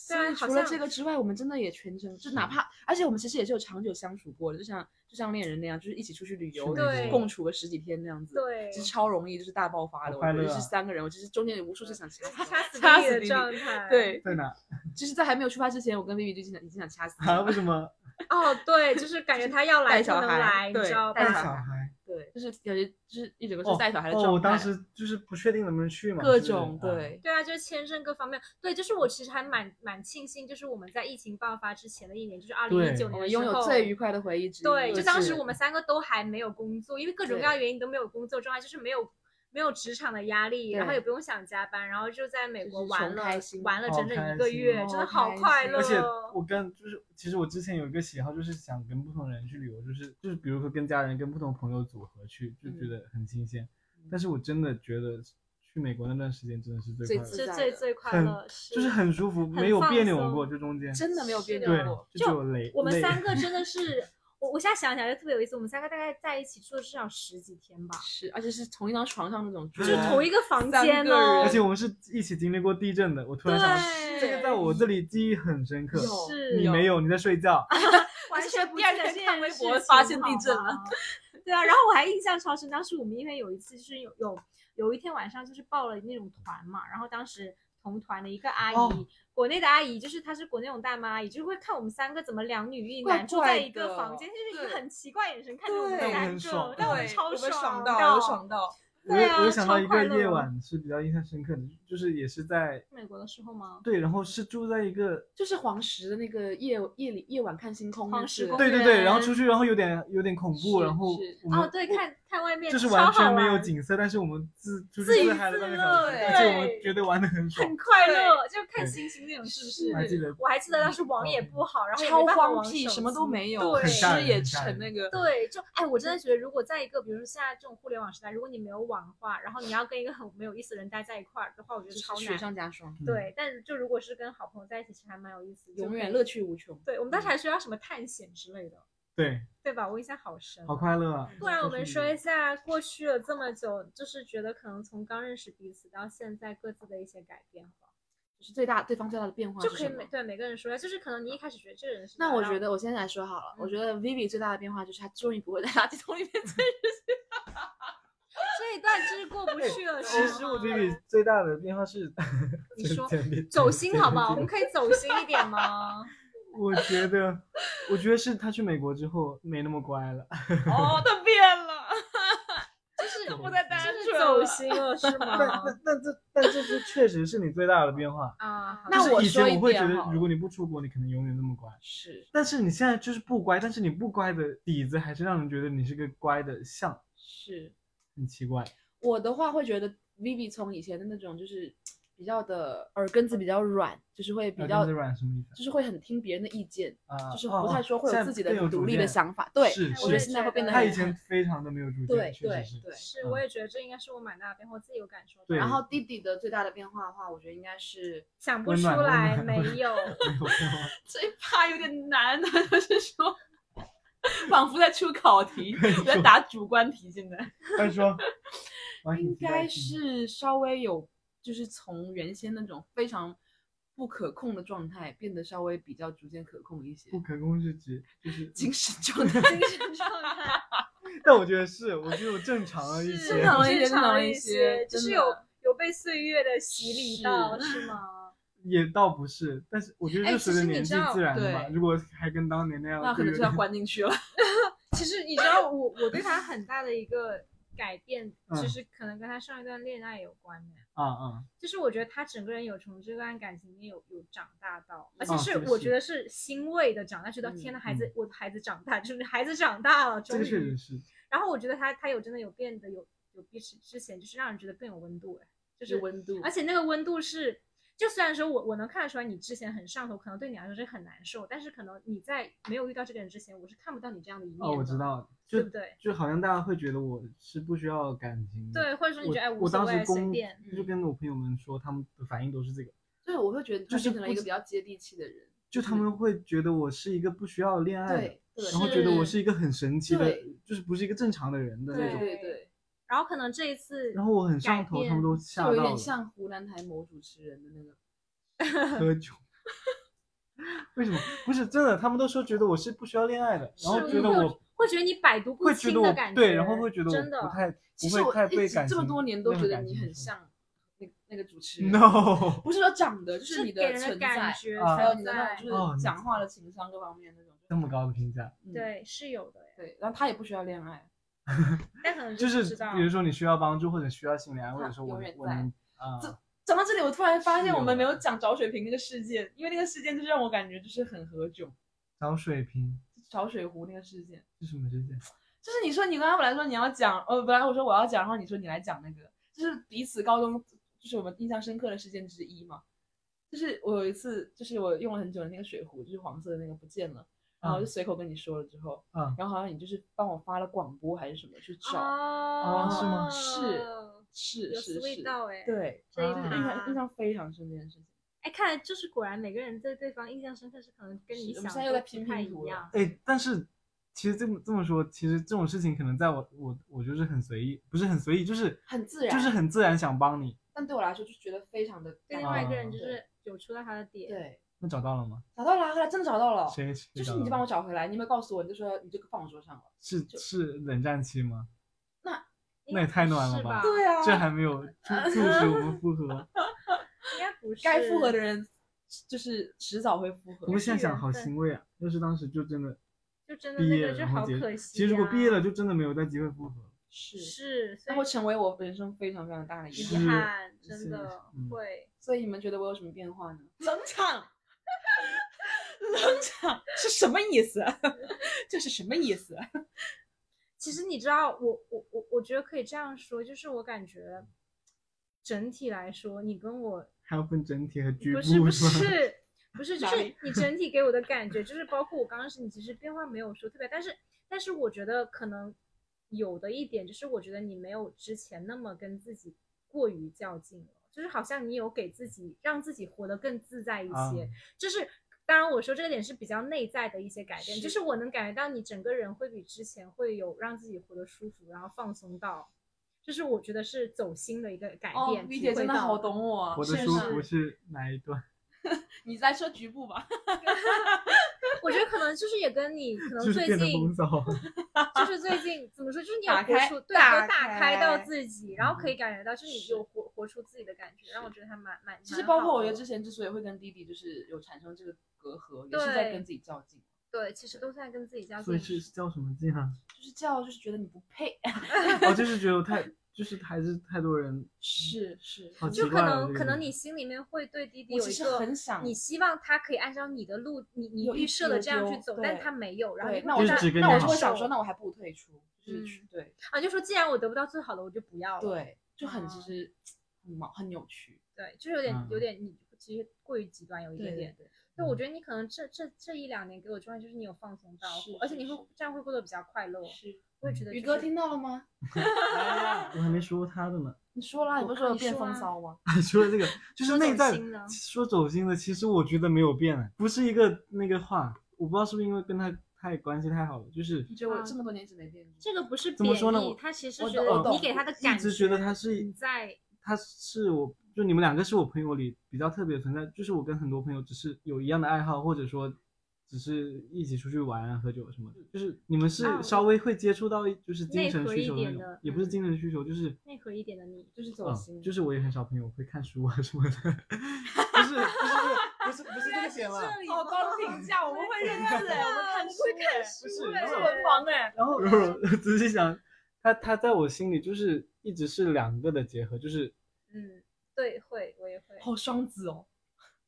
Speaker 2: 虽
Speaker 1: 虽
Speaker 2: 然
Speaker 1: 然好
Speaker 2: 除了
Speaker 1: 像
Speaker 2: 这个之外，我们真的也全程就哪
Speaker 3: 是
Speaker 2: 怕，而且我们其实也是有长久相处过的，就像就像恋人那样，就是一起出去旅游，
Speaker 3: 去
Speaker 1: 美国
Speaker 2: 共处个十几天那样子，
Speaker 1: 对，
Speaker 2: 其实超容易就是大爆发的。我
Speaker 3: 好
Speaker 2: 觉
Speaker 3: 快
Speaker 2: 得
Speaker 3: 乐
Speaker 2: 是
Speaker 3: 啊
Speaker 2: 三个人，我其实中间有无数次想掐死
Speaker 1: 掐死
Speaker 2: <laughs> 掐
Speaker 1: 你
Speaker 2: 死
Speaker 1: 的
Speaker 2: 弟
Speaker 1: 状
Speaker 2: 弟。
Speaker 1: 态。，
Speaker 2: 对，
Speaker 3: 在哪？ <laughs>
Speaker 2: 就是在还没有出发之前，我跟丽丽就经常已经想掐死他
Speaker 3: 啊？
Speaker 2: 了 <laughs>
Speaker 3: 为。什么？
Speaker 1: 哦对，就是感觉他要来
Speaker 2: 带
Speaker 1: 不
Speaker 2: 小
Speaker 1: 能
Speaker 2: 孩
Speaker 1: 来，你
Speaker 2: 对
Speaker 1: 知道
Speaker 2: 带
Speaker 3: 带
Speaker 2: 小
Speaker 1: 吧？
Speaker 3: 小孩。
Speaker 2: 对，对，就是感觉就是一整个是带小孩的状态，
Speaker 3: 哦，我当时就是不确定能不能去嘛，
Speaker 2: 各
Speaker 3: 是不
Speaker 2: 种
Speaker 3: 是，
Speaker 2: 对，
Speaker 1: 对啊，就是签证各方面，对，就是我其实还蛮蛮庆幸，就是我们在疫情爆发之前的一年，就是二零一九
Speaker 3: 对
Speaker 2: 我
Speaker 1: 年的
Speaker 2: 们
Speaker 1: 时
Speaker 2: 拥
Speaker 1: 候，
Speaker 2: 有最愉快的回忆之一。
Speaker 1: 对，就当时
Speaker 2: 是
Speaker 1: 我们三个都还没有工作，因为各种各
Speaker 2: 对
Speaker 1: 样原因都没有工作状态，就是没有没有职场的压力，
Speaker 2: 对
Speaker 1: 然后也不用想加班，然后就在美
Speaker 2: 就
Speaker 1: 国
Speaker 2: 是
Speaker 1: 玩
Speaker 2: 穷
Speaker 1: 了
Speaker 2: 开心
Speaker 1: 玩了
Speaker 3: 好
Speaker 1: 整整
Speaker 3: 开
Speaker 1: 一个
Speaker 3: 心
Speaker 1: 月，
Speaker 2: 哦
Speaker 1: 真的
Speaker 2: 好
Speaker 1: 好
Speaker 2: 开
Speaker 1: 快
Speaker 2: 心
Speaker 1: 乐
Speaker 3: 嗯而且
Speaker 1: 哦。
Speaker 3: 我跟就是，其实我之前有一个喜好，就是想跟不同人去旅游，就是就是比如说跟家人、跟不同朋友组合去，就
Speaker 2: 嗯
Speaker 3: 觉得很新鲜。但是我真的觉得去美国那段时间真的是最
Speaker 2: 最
Speaker 3: 快乐
Speaker 2: 自
Speaker 3: 的，
Speaker 1: 是
Speaker 2: 在
Speaker 1: 最
Speaker 2: 的
Speaker 1: 最快
Speaker 3: 很
Speaker 1: 乐，
Speaker 3: 就是很舒服，没有
Speaker 1: 放
Speaker 3: 别扭
Speaker 1: 松
Speaker 3: 过，就中间
Speaker 2: 真的没有
Speaker 1: 是
Speaker 2: 变
Speaker 1: 的
Speaker 3: 对
Speaker 2: 过，，
Speaker 3: 就只有累。
Speaker 1: 我们
Speaker 3: 累
Speaker 1: 三个真的是，我我现在想起来就特别有意思，我们三个大概在一起住了至少十几天
Speaker 2: <laughs>
Speaker 1: 吧，
Speaker 2: 是，而且是同一张床上那种
Speaker 3: 就
Speaker 2: 住，
Speaker 1: 就是同一个房间
Speaker 2: 三个
Speaker 1: 哦
Speaker 2: 人，
Speaker 3: 而且我们是一起经历过地震的，我突然想到，
Speaker 1: 对，
Speaker 3: 这个在我这里记忆很深刻。
Speaker 2: 有
Speaker 1: 是
Speaker 3: 你没有，你在睡觉。
Speaker 1: 啊完
Speaker 2: 完
Speaker 1: 全
Speaker 2: 全
Speaker 1: 不
Speaker 2: 不
Speaker 1: 第二
Speaker 2: 见
Speaker 1: 天
Speaker 2: 看微博发现地震了。 <laughs>
Speaker 1: 对啊，然后我还印象超深，当时我们因为有一次就是有有有一天晚上就是报了那种团嘛，然后当时同团的一个阿姨，
Speaker 3: 哦
Speaker 1: 国内的阿姨，就是她是国内那种大妈阿姨，就是会看我们三个怎么两女一
Speaker 2: 怪
Speaker 1: 男
Speaker 2: 怪
Speaker 1: 住在一个
Speaker 2: 的
Speaker 1: 房间，就是以
Speaker 2: 对
Speaker 1: 很奇怪眼神看着我们
Speaker 2: 对
Speaker 1: 三
Speaker 3: 很
Speaker 1: 个
Speaker 3: 爽，
Speaker 1: 让
Speaker 3: 对
Speaker 1: 们超爽
Speaker 2: 到，有爽到，
Speaker 3: 我
Speaker 1: 对
Speaker 3: 又
Speaker 1: 啊
Speaker 3: 我又想到一
Speaker 1: 超快
Speaker 3: 个
Speaker 1: 乐
Speaker 3: 夜晚是比较印象深刻的，就是也是在
Speaker 1: 美国的时候吗？
Speaker 3: 对，然后是住在一个
Speaker 2: 就是黄石的那个夜夜里夜晚看星空
Speaker 1: 黄
Speaker 2: 那
Speaker 1: 石
Speaker 2: 次，
Speaker 1: 公
Speaker 3: 对对对，然后
Speaker 1: 园
Speaker 3: 出去，然后有点有点恐怖，
Speaker 2: 是
Speaker 3: 然后
Speaker 2: 是
Speaker 3: 我们
Speaker 1: 哦，对，
Speaker 3: 我
Speaker 1: 看看外面，
Speaker 3: 就是
Speaker 1: 超
Speaker 3: 完
Speaker 1: 好
Speaker 3: 全没有
Speaker 1: 玩
Speaker 3: 景色，但是我们自出去
Speaker 1: 自娱
Speaker 3: 自嗨了半个
Speaker 1: 自
Speaker 3: 小时，
Speaker 1: 乐
Speaker 3: 而且我们
Speaker 1: 对
Speaker 3: 觉得玩的很
Speaker 1: <laughs>
Speaker 3: 爽
Speaker 1: 很。快
Speaker 2: 对
Speaker 1: 乐，就看
Speaker 3: 对
Speaker 1: 星星那种，是不
Speaker 2: 是
Speaker 1: 是？
Speaker 3: 我还记得
Speaker 1: 我还记得当时网也
Speaker 3: 嗯
Speaker 1: 不好，然后也
Speaker 2: 超
Speaker 1: 没办法
Speaker 2: 荒
Speaker 1: 玩
Speaker 2: 僻，
Speaker 1: 手
Speaker 2: 什么都
Speaker 1: 机
Speaker 2: 没有，
Speaker 1: 对，
Speaker 3: 很吓
Speaker 2: 吃
Speaker 3: 人
Speaker 2: 也
Speaker 3: 很吓
Speaker 2: 成
Speaker 3: 人
Speaker 2: 那个，
Speaker 1: 对，就哎，我真的觉得，如果在一个比如说现在这种互联网时代，如果你没有网的话，然后你要跟一个很没有意思的人待在一块儿的话，我觉
Speaker 2: 就
Speaker 1: 得
Speaker 2: 是
Speaker 1: 超
Speaker 2: 雪
Speaker 1: 难。
Speaker 2: 上加霜，
Speaker 1: 对，但是就如果是跟好朋友在一起，其实还蛮有意思，就
Speaker 2: 永
Speaker 1: 可
Speaker 2: 远
Speaker 1: 以
Speaker 2: 乐。趣无嗯穷。
Speaker 1: 对我们当时还说要什么探险之类的，
Speaker 3: 对，
Speaker 1: 对吧？我印象好深。
Speaker 3: 好快乐啊！
Speaker 1: 不然我们
Speaker 3: 就是
Speaker 1: 说一下过去了这么久，就是觉得可能从刚认识彼此到现在各自的一些改变吧，
Speaker 2: 就是最大对方最大的变化
Speaker 1: 就是可以
Speaker 2: 什么
Speaker 1: 每对每个人说一下，就是可能你一开始觉得这个人是啊
Speaker 2: 那我觉
Speaker 1: 得
Speaker 2: 得我先来说好了，我
Speaker 1: 嗯
Speaker 2: 觉得 Vivi 最大的变化就是她终于不会在垃圾桶里面 <laughs> 追
Speaker 1: <laughs> 这一段就是过不去了，
Speaker 3: 哎其
Speaker 1: 是
Speaker 3: 实我
Speaker 1: 吗
Speaker 3: 觉得你最大的变化是，
Speaker 1: 哦你
Speaker 3: <laughs> 真
Speaker 1: 说
Speaker 3: 真的
Speaker 1: <laughs> 走心好不
Speaker 3: <laughs>
Speaker 1: 好？我
Speaker 3: 真
Speaker 1: 们
Speaker 3: 的
Speaker 1: 可以走心一点 <laughs> 吗？
Speaker 3: 我觉得，我觉得是他去美国之后没那么乖了。 <laughs>
Speaker 2: 哦，她变了， <laughs>
Speaker 1: 就是
Speaker 3: 不再
Speaker 2: 单
Speaker 1: 就是啊
Speaker 2: 纯
Speaker 1: 走
Speaker 2: 了哦
Speaker 1: 心了 <laughs> 是
Speaker 3: 但
Speaker 1: 吗？
Speaker 3: 但但这但这是确实是你最大的变化。
Speaker 1: 啊，
Speaker 2: <laughs> 那
Speaker 3: 就是
Speaker 2: 我
Speaker 3: 以
Speaker 2: 说
Speaker 3: 前
Speaker 2: 一
Speaker 3: 我会觉
Speaker 2: 点
Speaker 3: 得
Speaker 2: 好，了
Speaker 3: 如果你不出国，你可能永远那么乖。
Speaker 2: 是
Speaker 3: 但是你现在就是不乖，但是你不乖的底子还是让人觉得你是个乖的像，
Speaker 2: 是，
Speaker 3: 很奇怪。
Speaker 2: 我的话会觉得 Vivi 从以前的那种就是比较的耳根子比较软，就是会比较
Speaker 3: 耳根子呃软什么意思
Speaker 2: 就是会很听别人的意见，
Speaker 3: 啊，
Speaker 2: 就是
Speaker 3: 哦
Speaker 2: 不太说会有自己的独立的。想法。
Speaker 3: 哦
Speaker 2: 对，
Speaker 3: 现在
Speaker 1: 我也
Speaker 2: 我觉得现在会变
Speaker 3: 更有主见是
Speaker 1: 觉得
Speaker 2: 得
Speaker 3: 是，他
Speaker 2: 很
Speaker 3: 以前非常的没有主见，
Speaker 2: 对
Speaker 3: 确
Speaker 2: 对
Speaker 3: 实是。
Speaker 2: 对。
Speaker 1: 是，
Speaker 3: 嗯
Speaker 1: 我也觉得这应该是我蛮大的变化，我自己有感受
Speaker 3: 对
Speaker 1: 到。
Speaker 2: 然后弟弟的最大的变化的话，我觉得应该是 <laughs>
Speaker 1: 想不
Speaker 3: 温
Speaker 1: 出
Speaker 3: 暖温
Speaker 1: 来，
Speaker 3: 暖
Speaker 1: 没
Speaker 3: 温
Speaker 1: 有，
Speaker 3: 没有变化
Speaker 2: 最怕有点难的，啊 <laughs> 就是说，仿佛在出考题，我在答主观题。现在
Speaker 3: 他嗯
Speaker 2: <laughs>
Speaker 3: 说，我还挺
Speaker 2: 应
Speaker 3: 期待
Speaker 2: 该
Speaker 3: 听的
Speaker 2: 是稍微有，就是从原先那种非常不可控的状态，变得稍微比较逐渐可控一些，
Speaker 3: 不可控是指就是，
Speaker 2: 精神状态
Speaker 1: 精神状态
Speaker 3: <laughs> 但我觉得是，我觉得我正常了一
Speaker 1: 是
Speaker 3: 些
Speaker 2: 正。常了一
Speaker 1: 正
Speaker 2: 些正常
Speaker 1: 常
Speaker 2: 了
Speaker 1: 一
Speaker 2: 一些
Speaker 1: 就是
Speaker 2: 真的
Speaker 1: 有有被岁月的洗礼
Speaker 2: 是
Speaker 1: <laughs> 到，是吗？
Speaker 3: 也倒不是，但是我觉得
Speaker 1: 哎
Speaker 3: 就
Speaker 1: 其
Speaker 3: 随着
Speaker 1: 实你
Speaker 3: 年
Speaker 1: 知
Speaker 3: 纪
Speaker 1: 道
Speaker 3: 自然的吧。
Speaker 2: 对
Speaker 3: 如果还跟当年那样，
Speaker 2: 那可能
Speaker 3: 有
Speaker 2: 就要
Speaker 3: 点
Speaker 2: 关进去了。 <laughs>
Speaker 1: 其实你知道我我对他很大的一个改变，
Speaker 3: 嗯
Speaker 1: 就是可能跟他上一段恋爱有关的。
Speaker 3: 啊啊，
Speaker 1: 就是我觉得他整个人有从这段感情里面有有长大到，而且
Speaker 3: 啊
Speaker 1: 是
Speaker 3: 这个
Speaker 1: 我
Speaker 3: 是
Speaker 1: 觉得是欣慰的长大，觉得
Speaker 2: 嗯
Speaker 1: 天呐，孩子，我的孩子长大，就是孩子长大了，
Speaker 3: 这
Speaker 1: 终
Speaker 3: 个确
Speaker 1: 于。
Speaker 3: 实是。
Speaker 1: 然后我觉得他他有真的有变得有有比起之前就是让人觉得更有温度，哎，就
Speaker 2: 就是
Speaker 1: 是
Speaker 2: 温度，
Speaker 1: 而且那个温度是，就虽然说我我能看得出来你之前很上头，可能对你来说是很难受，但是可能你在没有遇到这个人之前，我是看不到你这样的一面的。
Speaker 3: 哦，我知，道，就
Speaker 1: 对不对？
Speaker 3: 就好像大家会觉得我是不需要感情的。
Speaker 1: 对，或者说你觉得哎
Speaker 3: 我
Speaker 1: 无
Speaker 3: 我
Speaker 1: 所
Speaker 3: 当时
Speaker 1: 谓随
Speaker 3: 公
Speaker 1: 便，嗯
Speaker 3: 就跟我朋友们说，他们的反应都是这个，
Speaker 2: 对，我会觉得他
Speaker 3: 就是
Speaker 2: 变成了一
Speaker 3: 不
Speaker 2: 个
Speaker 3: 知
Speaker 2: 比较接地气的人，
Speaker 1: 嗯
Speaker 3: 就他们会觉得我是一个不需要恋爱的
Speaker 2: 对，对
Speaker 3: 然后觉得我
Speaker 1: 是
Speaker 3: 是一个很神奇的
Speaker 2: 对，
Speaker 3: 就是不是一个正常的人的那
Speaker 2: 对
Speaker 3: 种。
Speaker 2: 对对，
Speaker 1: 然后可能这一次，
Speaker 3: 然后我很上头，
Speaker 1: 改
Speaker 3: 他们都
Speaker 2: 就
Speaker 3: 吓
Speaker 2: 有
Speaker 3: 到
Speaker 2: 一
Speaker 3: 了
Speaker 2: 点。像湖南台某主持人的那个，
Speaker 3: 喝酒。为什么？不是真的，他们都说觉得我是不需要恋爱的，然后
Speaker 1: 是
Speaker 3: 觉得
Speaker 1: 会有
Speaker 3: 我
Speaker 1: 会觉得你百毒不
Speaker 3: 会觉
Speaker 1: 侵
Speaker 3: 得
Speaker 1: 的
Speaker 3: 我
Speaker 1: 感觉，
Speaker 3: 对，然后会觉得我
Speaker 1: 真的
Speaker 3: 不太
Speaker 2: 其
Speaker 3: 不
Speaker 2: 实
Speaker 3: 会
Speaker 2: 我
Speaker 3: 太
Speaker 2: 一
Speaker 3: 被
Speaker 2: 直
Speaker 3: 感情
Speaker 2: 这么多年都
Speaker 3: 任
Speaker 2: 觉
Speaker 3: 何
Speaker 2: 得
Speaker 3: 感
Speaker 2: 你
Speaker 3: 情
Speaker 2: 很
Speaker 3: 所
Speaker 2: 像那那个主持人
Speaker 3: No，
Speaker 2: 不是说
Speaker 1: <laughs>
Speaker 2: 长得，就
Speaker 1: 就是
Speaker 2: 你
Speaker 1: 给人的
Speaker 2: 存
Speaker 1: 感
Speaker 2: 在，
Speaker 1: 觉
Speaker 3: 啊
Speaker 2: 还有你
Speaker 1: 存
Speaker 2: 的那
Speaker 1: 在
Speaker 2: 种
Speaker 3: 哦
Speaker 2: 就
Speaker 3: 你
Speaker 2: 是讲话的情商各方面那种。 <laughs>
Speaker 3: 这么高的评价，
Speaker 2: 嗯
Speaker 1: 对，是有的哎。
Speaker 2: 对，然后他也不需要恋爱，
Speaker 1: 但可能
Speaker 3: 就是
Speaker 1: 知道
Speaker 3: 比如说你需要帮助或者需要心理安慰的时候，
Speaker 2: 他
Speaker 3: 我
Speaker 2: 永远
Speaker 3: 我
Speaker 2: 在
Speaker 3: 能啊，
Speaker 2: 这讲到这里，我突然发
Speaker 3: 是哦
Speaker 2: 现我
Speaker 3: 有
Speaker 2: 们没有
Speaker 3: 的
Speaker 2: 讲找水瓶那个事件，因为那个事件就是让我感觉就是很何炅，
Speaker 3: 找水平
Speaker 2: 找水壶那个事件。
Speaker 3: 是什么事件？
Speaker 2: 就是你说你刚刚本来说你要讲，呃，本来我说我要讲，然后你说你来讲那个，就是彼此高中就是我们印象深刻的事件之一嘛。就是我有一次，就是我用了很久的那个水壶，就是黄色的那个不见了，然后我就
Speaker 3: 嗯
Speaker 2: 随口跟你说了之后，
Speaker 3: 嗯
Speaker 2: 然后好像你就是帮我发了广播还是什么去找，
Speaker 1: 哦
Speaker 3: 啊是吗
Speaker 2: 是是
Speaker 1: 有
Speaker 2: 是
Speaker 1: sweet
Speaker 2: 是，
Speaker 1: 到哎，，
Speaker 2: 对，
Speaker 1: 这一
Speaker 2: 就是印
Speaker 1: 趴
Speaker 2: 象印象非常深这件事情。
Speaker 1: 哎，看来就是果然每个人对对方印象深刻是可能跟你
Speaker 2: 是我们
Speaker 1: 想
Speaker 2: 现在又在
Speaker 1: 的
Speaker 2: 拼
Speaker 1: 不太
Speaker 2: 拼
Speaker 1: 一
Speaker 2: 图了
Speaker 1: 样。
Speaker 3: 哎，但是其实这么这么说，其实这种事情可能在我我我就是很随意，不是很随意，就是
Speaker 2: 很自然
Speaker 3: 就是很自然想帮你。
Speaker 2: 但对我来说就觉得非常的
Speaker 1: 对
Speaker 2: 尴
Speaker 1: 另外一个
Speaker 2: 尬
Speaker 3: 啊
Speaker 1: 人就
Speaker 2: 对
Speaker 1: 是有出到他的点，
Speaker 2: 对，
Speaker 3: 那找到了吗？
Speaker 2: 找到了啊，后来真的找到了，
Speaker 3: 谁？谁
Speaker 2: 就是
Speaker 3: 找
Speaker 2: 你就
Speaker 3: 到
Speaker 2: 帮
Speaker 3: 了
Speaker 2: 我找回来，你有没有告诉我？你就说你就放我桌上了。
Speaker 3: 是
Speaker 2: 就是
Speaker 3: 冷战期吗？
Speaker 1: 应
Speaker 3: 那
Speaker 1: 该
Speaker 3: 也太
Speaker 1: 不
Speaker 3: 暖了
Speaker 1: 是
Speaker 3: 吧
Speaker 1: 吧？
Speaker 2: 对啊，
Speaker 3: 这还没有促促使我们复合。
Speaker 1: <laughs> 应该不是
Speaker 2: 该复合的人就是迟早会复合
Speaker 3: 不。过现在想
Speaker 1: 缘
Speaker 3: 好
Speaker 1: 分
Speaker 3: 欣慰啊，要是当时就真的
Speaker 1: 就真的
Speaker 3: 毕
Speaker 1: 那
Speaker 3: 业
Speaker 1: 个
Speaker 3: 了，
Speaker 1: 就
Speaker 3: 然后
Speaker 1: 好
Speaker 3: 结，
Speaker 1: 可惜。啊
Speaker 3: 其实如果毕业，了，就真的没有再机会复合。
Speaker 2: 是，
Speaker 1: 是，所
Speaker 2: 那
Speaker 1: 以
Speaker 2: 会成为我人生非常非常大的遗
Speaker 1: 遗
Speaker 2: 憾。
Speaker 3: 是
Speaker 1: 憾
Speaker 3: 是
Speaker 1: 真的
Speaker 3: 嗯
Speaker 1: 会。
Speaker 2: 所以你们觉得我有什么变
Speaker 1: <laughs>
Speaker 2: 化呢？冷场，冷场是什么意思？ <laughs> 这是什么意思？
Speaker 1: 其实你知道，我我我我觉得可以这样说，就是我感觉整体来说，你跟我
Speaker 3: 还要分整体和局
Speaker 1: 不
Speaker 3: 部
Speaker 1: 是不
Speaker 3: 吧？
Speaker 1: 是不是，就
Speaker 2: 哪
Speaker 1: 是
Speaker 2: 里
Speaker 1: 你整体给我的感觉，就是包括我刚开始，你其实变化没有说特别，但是但是我觉得可能有的一点就是，我觉得你没有之前那么跟自己过于较劲了，就是好像你有给自己让自己活得更自在一
Speaker 3: 啊
Speaker 1: 些，就是。当然，我说这个点是比较内在的一些改变，
Speaker 2: 是
Speaker 1: 就是我能感觉到你整个人会比之前会有让自己活得舒服，然后放松到，就是我觉得是走心的一个改
Speaker 2: 哦
Speaker 1: 变。
Speaker 2: ，V
Speaker 1: 体
Speaker 2: 姐
Speaker 1: 会
Speaker 2: 真的
Speaker 1: 到
Speaker 2: 好
Speaker 1: 了
Speaker 2: 懂我，
Speaker 3: 我的
Speaker 2: 是
Speaker 3: 舒
Speaker 2: 不
Speaker 3: 服
Speaker 2: 是？
Speaker 3: 是哪一段？
Speaker 2: 你在说局部吧？
Speaker 1: 我觉得可能就是也跟你可
Speaker 3: 就
Speaker 1: 能
Speaker 3: 是
Speaker 1: 最
Speaker 3: 变得
Speaker 1: 近
Speaker 3: 风骚。
Speaker 1: 就是最近怎么说，就是你有
Speaker 2: 打
Speaker 1: 活
Speaker 2: 开
Speaker 1: 出对，
Speaker 2: 打
Speaker 1: 有打开到
Speaker 2: 开嗯
Speaker 1: 自己，然后可以感觉到就是你
Speaker 2: 是
Speaker 1: 有活活出自己的感觉，让我觉得还蛮蛮。
Speaker 2: 其实
Speaker 1: 蛮
Speaker 2: 包括
Speaker 1: 好
Speaker 2: 我觉得
Speaker 1: 的
Speaker 2: 之前之所以会跟弟弟就是有产生这个隔阂，也是在
Speaker 1: 对
Speaker 2: 跟自己较劲。
Speaker 1: 对，其实都在跟自己较
Speaker 3: 所
Speaker 1: 劲
Speaker 3: 以。是叫什么劲
Speaker 1: <laughs>
Speaker 3: 啊？
Speaker 2: 就是叫，就是觉得你不配， <laughs>
Speaker 3: 哦，就是觉得太，就是还是太
Speaker 1: <laughs>
Speaker 3: 多人。
Speaker 2: 是是，
Speaker 3: 好奇
Speaker 1: 就可
Speaker 3: 怪了
Speaker 1: 能
Speaker 3: 这个
Speaker 1: 可能
Speaker 3: 人
Speaker 1: 你心里面会对弟弟
Speaker 2: 我
Speaker 1: 有
Speaker 2: 其
Speaker 1: 一
Speaker 2: 实
Speaker 1: 个
Speaker 2: 很想
Speaker 1: 你希望他可以按照你的路，你你
Speaker 2: 有一
Speaker 1: 预设的
Speaker 2: 丢
Speaker 1: 这样去
Speaker 2: 丢
Speaker 1: 走，但
Speaker 2: 对
Speaker 1: 他没有，然后
Speaker 2: 对
Speaker 1: 你，
Speaker 2: 那
Speaker 1: 会
Speaker 2: 我
Speaker 1: 觉
Speaker 2: 就
Speaker 1: 得
Speaker 3: 只跟
Speaker 2: 那
Speaker 3: 你
Speaker 2: 我就
Speaker 3: 好
Speaker 2: 会
Speaker 1: 受
Speaker 2: 想说，那我还不如退出，就是去、
Speaker 1: 嗯
Speaker 2: 对
Speaker 1: 啊，就说既然我得不到最好的，我就不要了。
Speaker 2: 对，就很其
Speaker 1: 啊
Speaker 2: 实很毛很扭曲，
Speaker 1: 对，就是有点有
Speaker 3: 嗯
Speaker 1: 点你其实过于极端，有一点点。对，
Speaker 2: 对，
Speaker 3: 嗯
Speaker 1: 我觉得你可能这这这一两年给我状态就是你有放松到，
Speaker 2: 是
Speaker 1: 而且
Speaker 2: 是
Speaker 1: 你
Speaker 2: 是
Speaker 1: 会这样会过得比较快乐。
Speaker 2: 是。
Speaker 1: 我也觉得
Speaker 2: 宇
Speaker 1: 就
Speaker 2: 哥
Speaker 1: 是
Speaker 2: 听到了吗？
Speaker 1: 哎
Speaker 3: 我还没说他的呢。 <laughs>
Speaker 2: 你说啦，你
Speaker 1: 我
Speaker 2: 不是
Speaker 1: 靠
Speaker 2: 说有
Speaker 1: 你
Speaker 2: 变
Speaker 1: 说
Speaker 2: 风
Speaker 1: 啊
Speaker 2: 骚吗？
Speaker 3: 说的这个就是
Speaker 1: 说
Speaker 3: 内
Speaker 1: 走
Speaker 3: 在
Speaker 1: 心的
Speaker 3: 说走心的，其实我觉得没有变，啊不是一个那个话，我不知道是不是因为跟他太关系太好了，就是
Speaker 2: 你觉得我
Speaker 1: 啊
Speaker 2: 这么多年一直没变过？
Speaker 1: 这个不是
Speaker 3: 怎么
Speaker 1: 贬
Speaker 3: 说呢
Speaker 1: 义
Speaker 3: 我，哦
Speaker 1: 他其实
Speaker 2: 我
Speaker 1: 觉
Speaker 2: 懂我
Speaker 1: 得
Speaker 2: 懂
Speaker 1: 你给他的
Speaker 3: 一
Speaker 1: 感
Speaker 3: 直觉得他是
Speaker 1: 你在
Speaker 3: 他是我就你们两个是我朋友里比较特别的存在，就是我跟很多朋友只是有一样的爱好，或者说只是一起出去玩啊、喝酒什么的，就是你们是
Speaker 1: 啊
Speaker 3: 稍微会接触到一就是精
Speaker 1: 内
Speaker 3: 神
Speaker 1: 核
Speaker 3: 需
Speaker 1: 一
Speaker 3: 求的那
Speaker 1: 点
Speaker 3: 种
Speaker 1: 的，
Speaker 3: 也不是
Speaker 1: 嗯
Speaker 3: 精神需求，就是
Speaker 1: 内核一点的你，
Speaker 2: 就是走心，
Speaker 3: 嗯，就是我也很少朋友会看书啊什么的，不是不是不是不是这个点了。
Speaker 2: 好 <laughs> 高的评价，我们会认字哎，我们看书哎，
Speaker 3: 不是
Speaker 1: 对
Speaker 3: 然
Speaker 2: 我是
Speaker 3: 后
Speaker 2: 文盲哎，
Speaker 3: <laughs> 然后仔细想，他他在我心里就是一直是两个的结合，就是
Speaker 1: 嗯，对，会，我也会。
Speaker 2: 哦，双子哦，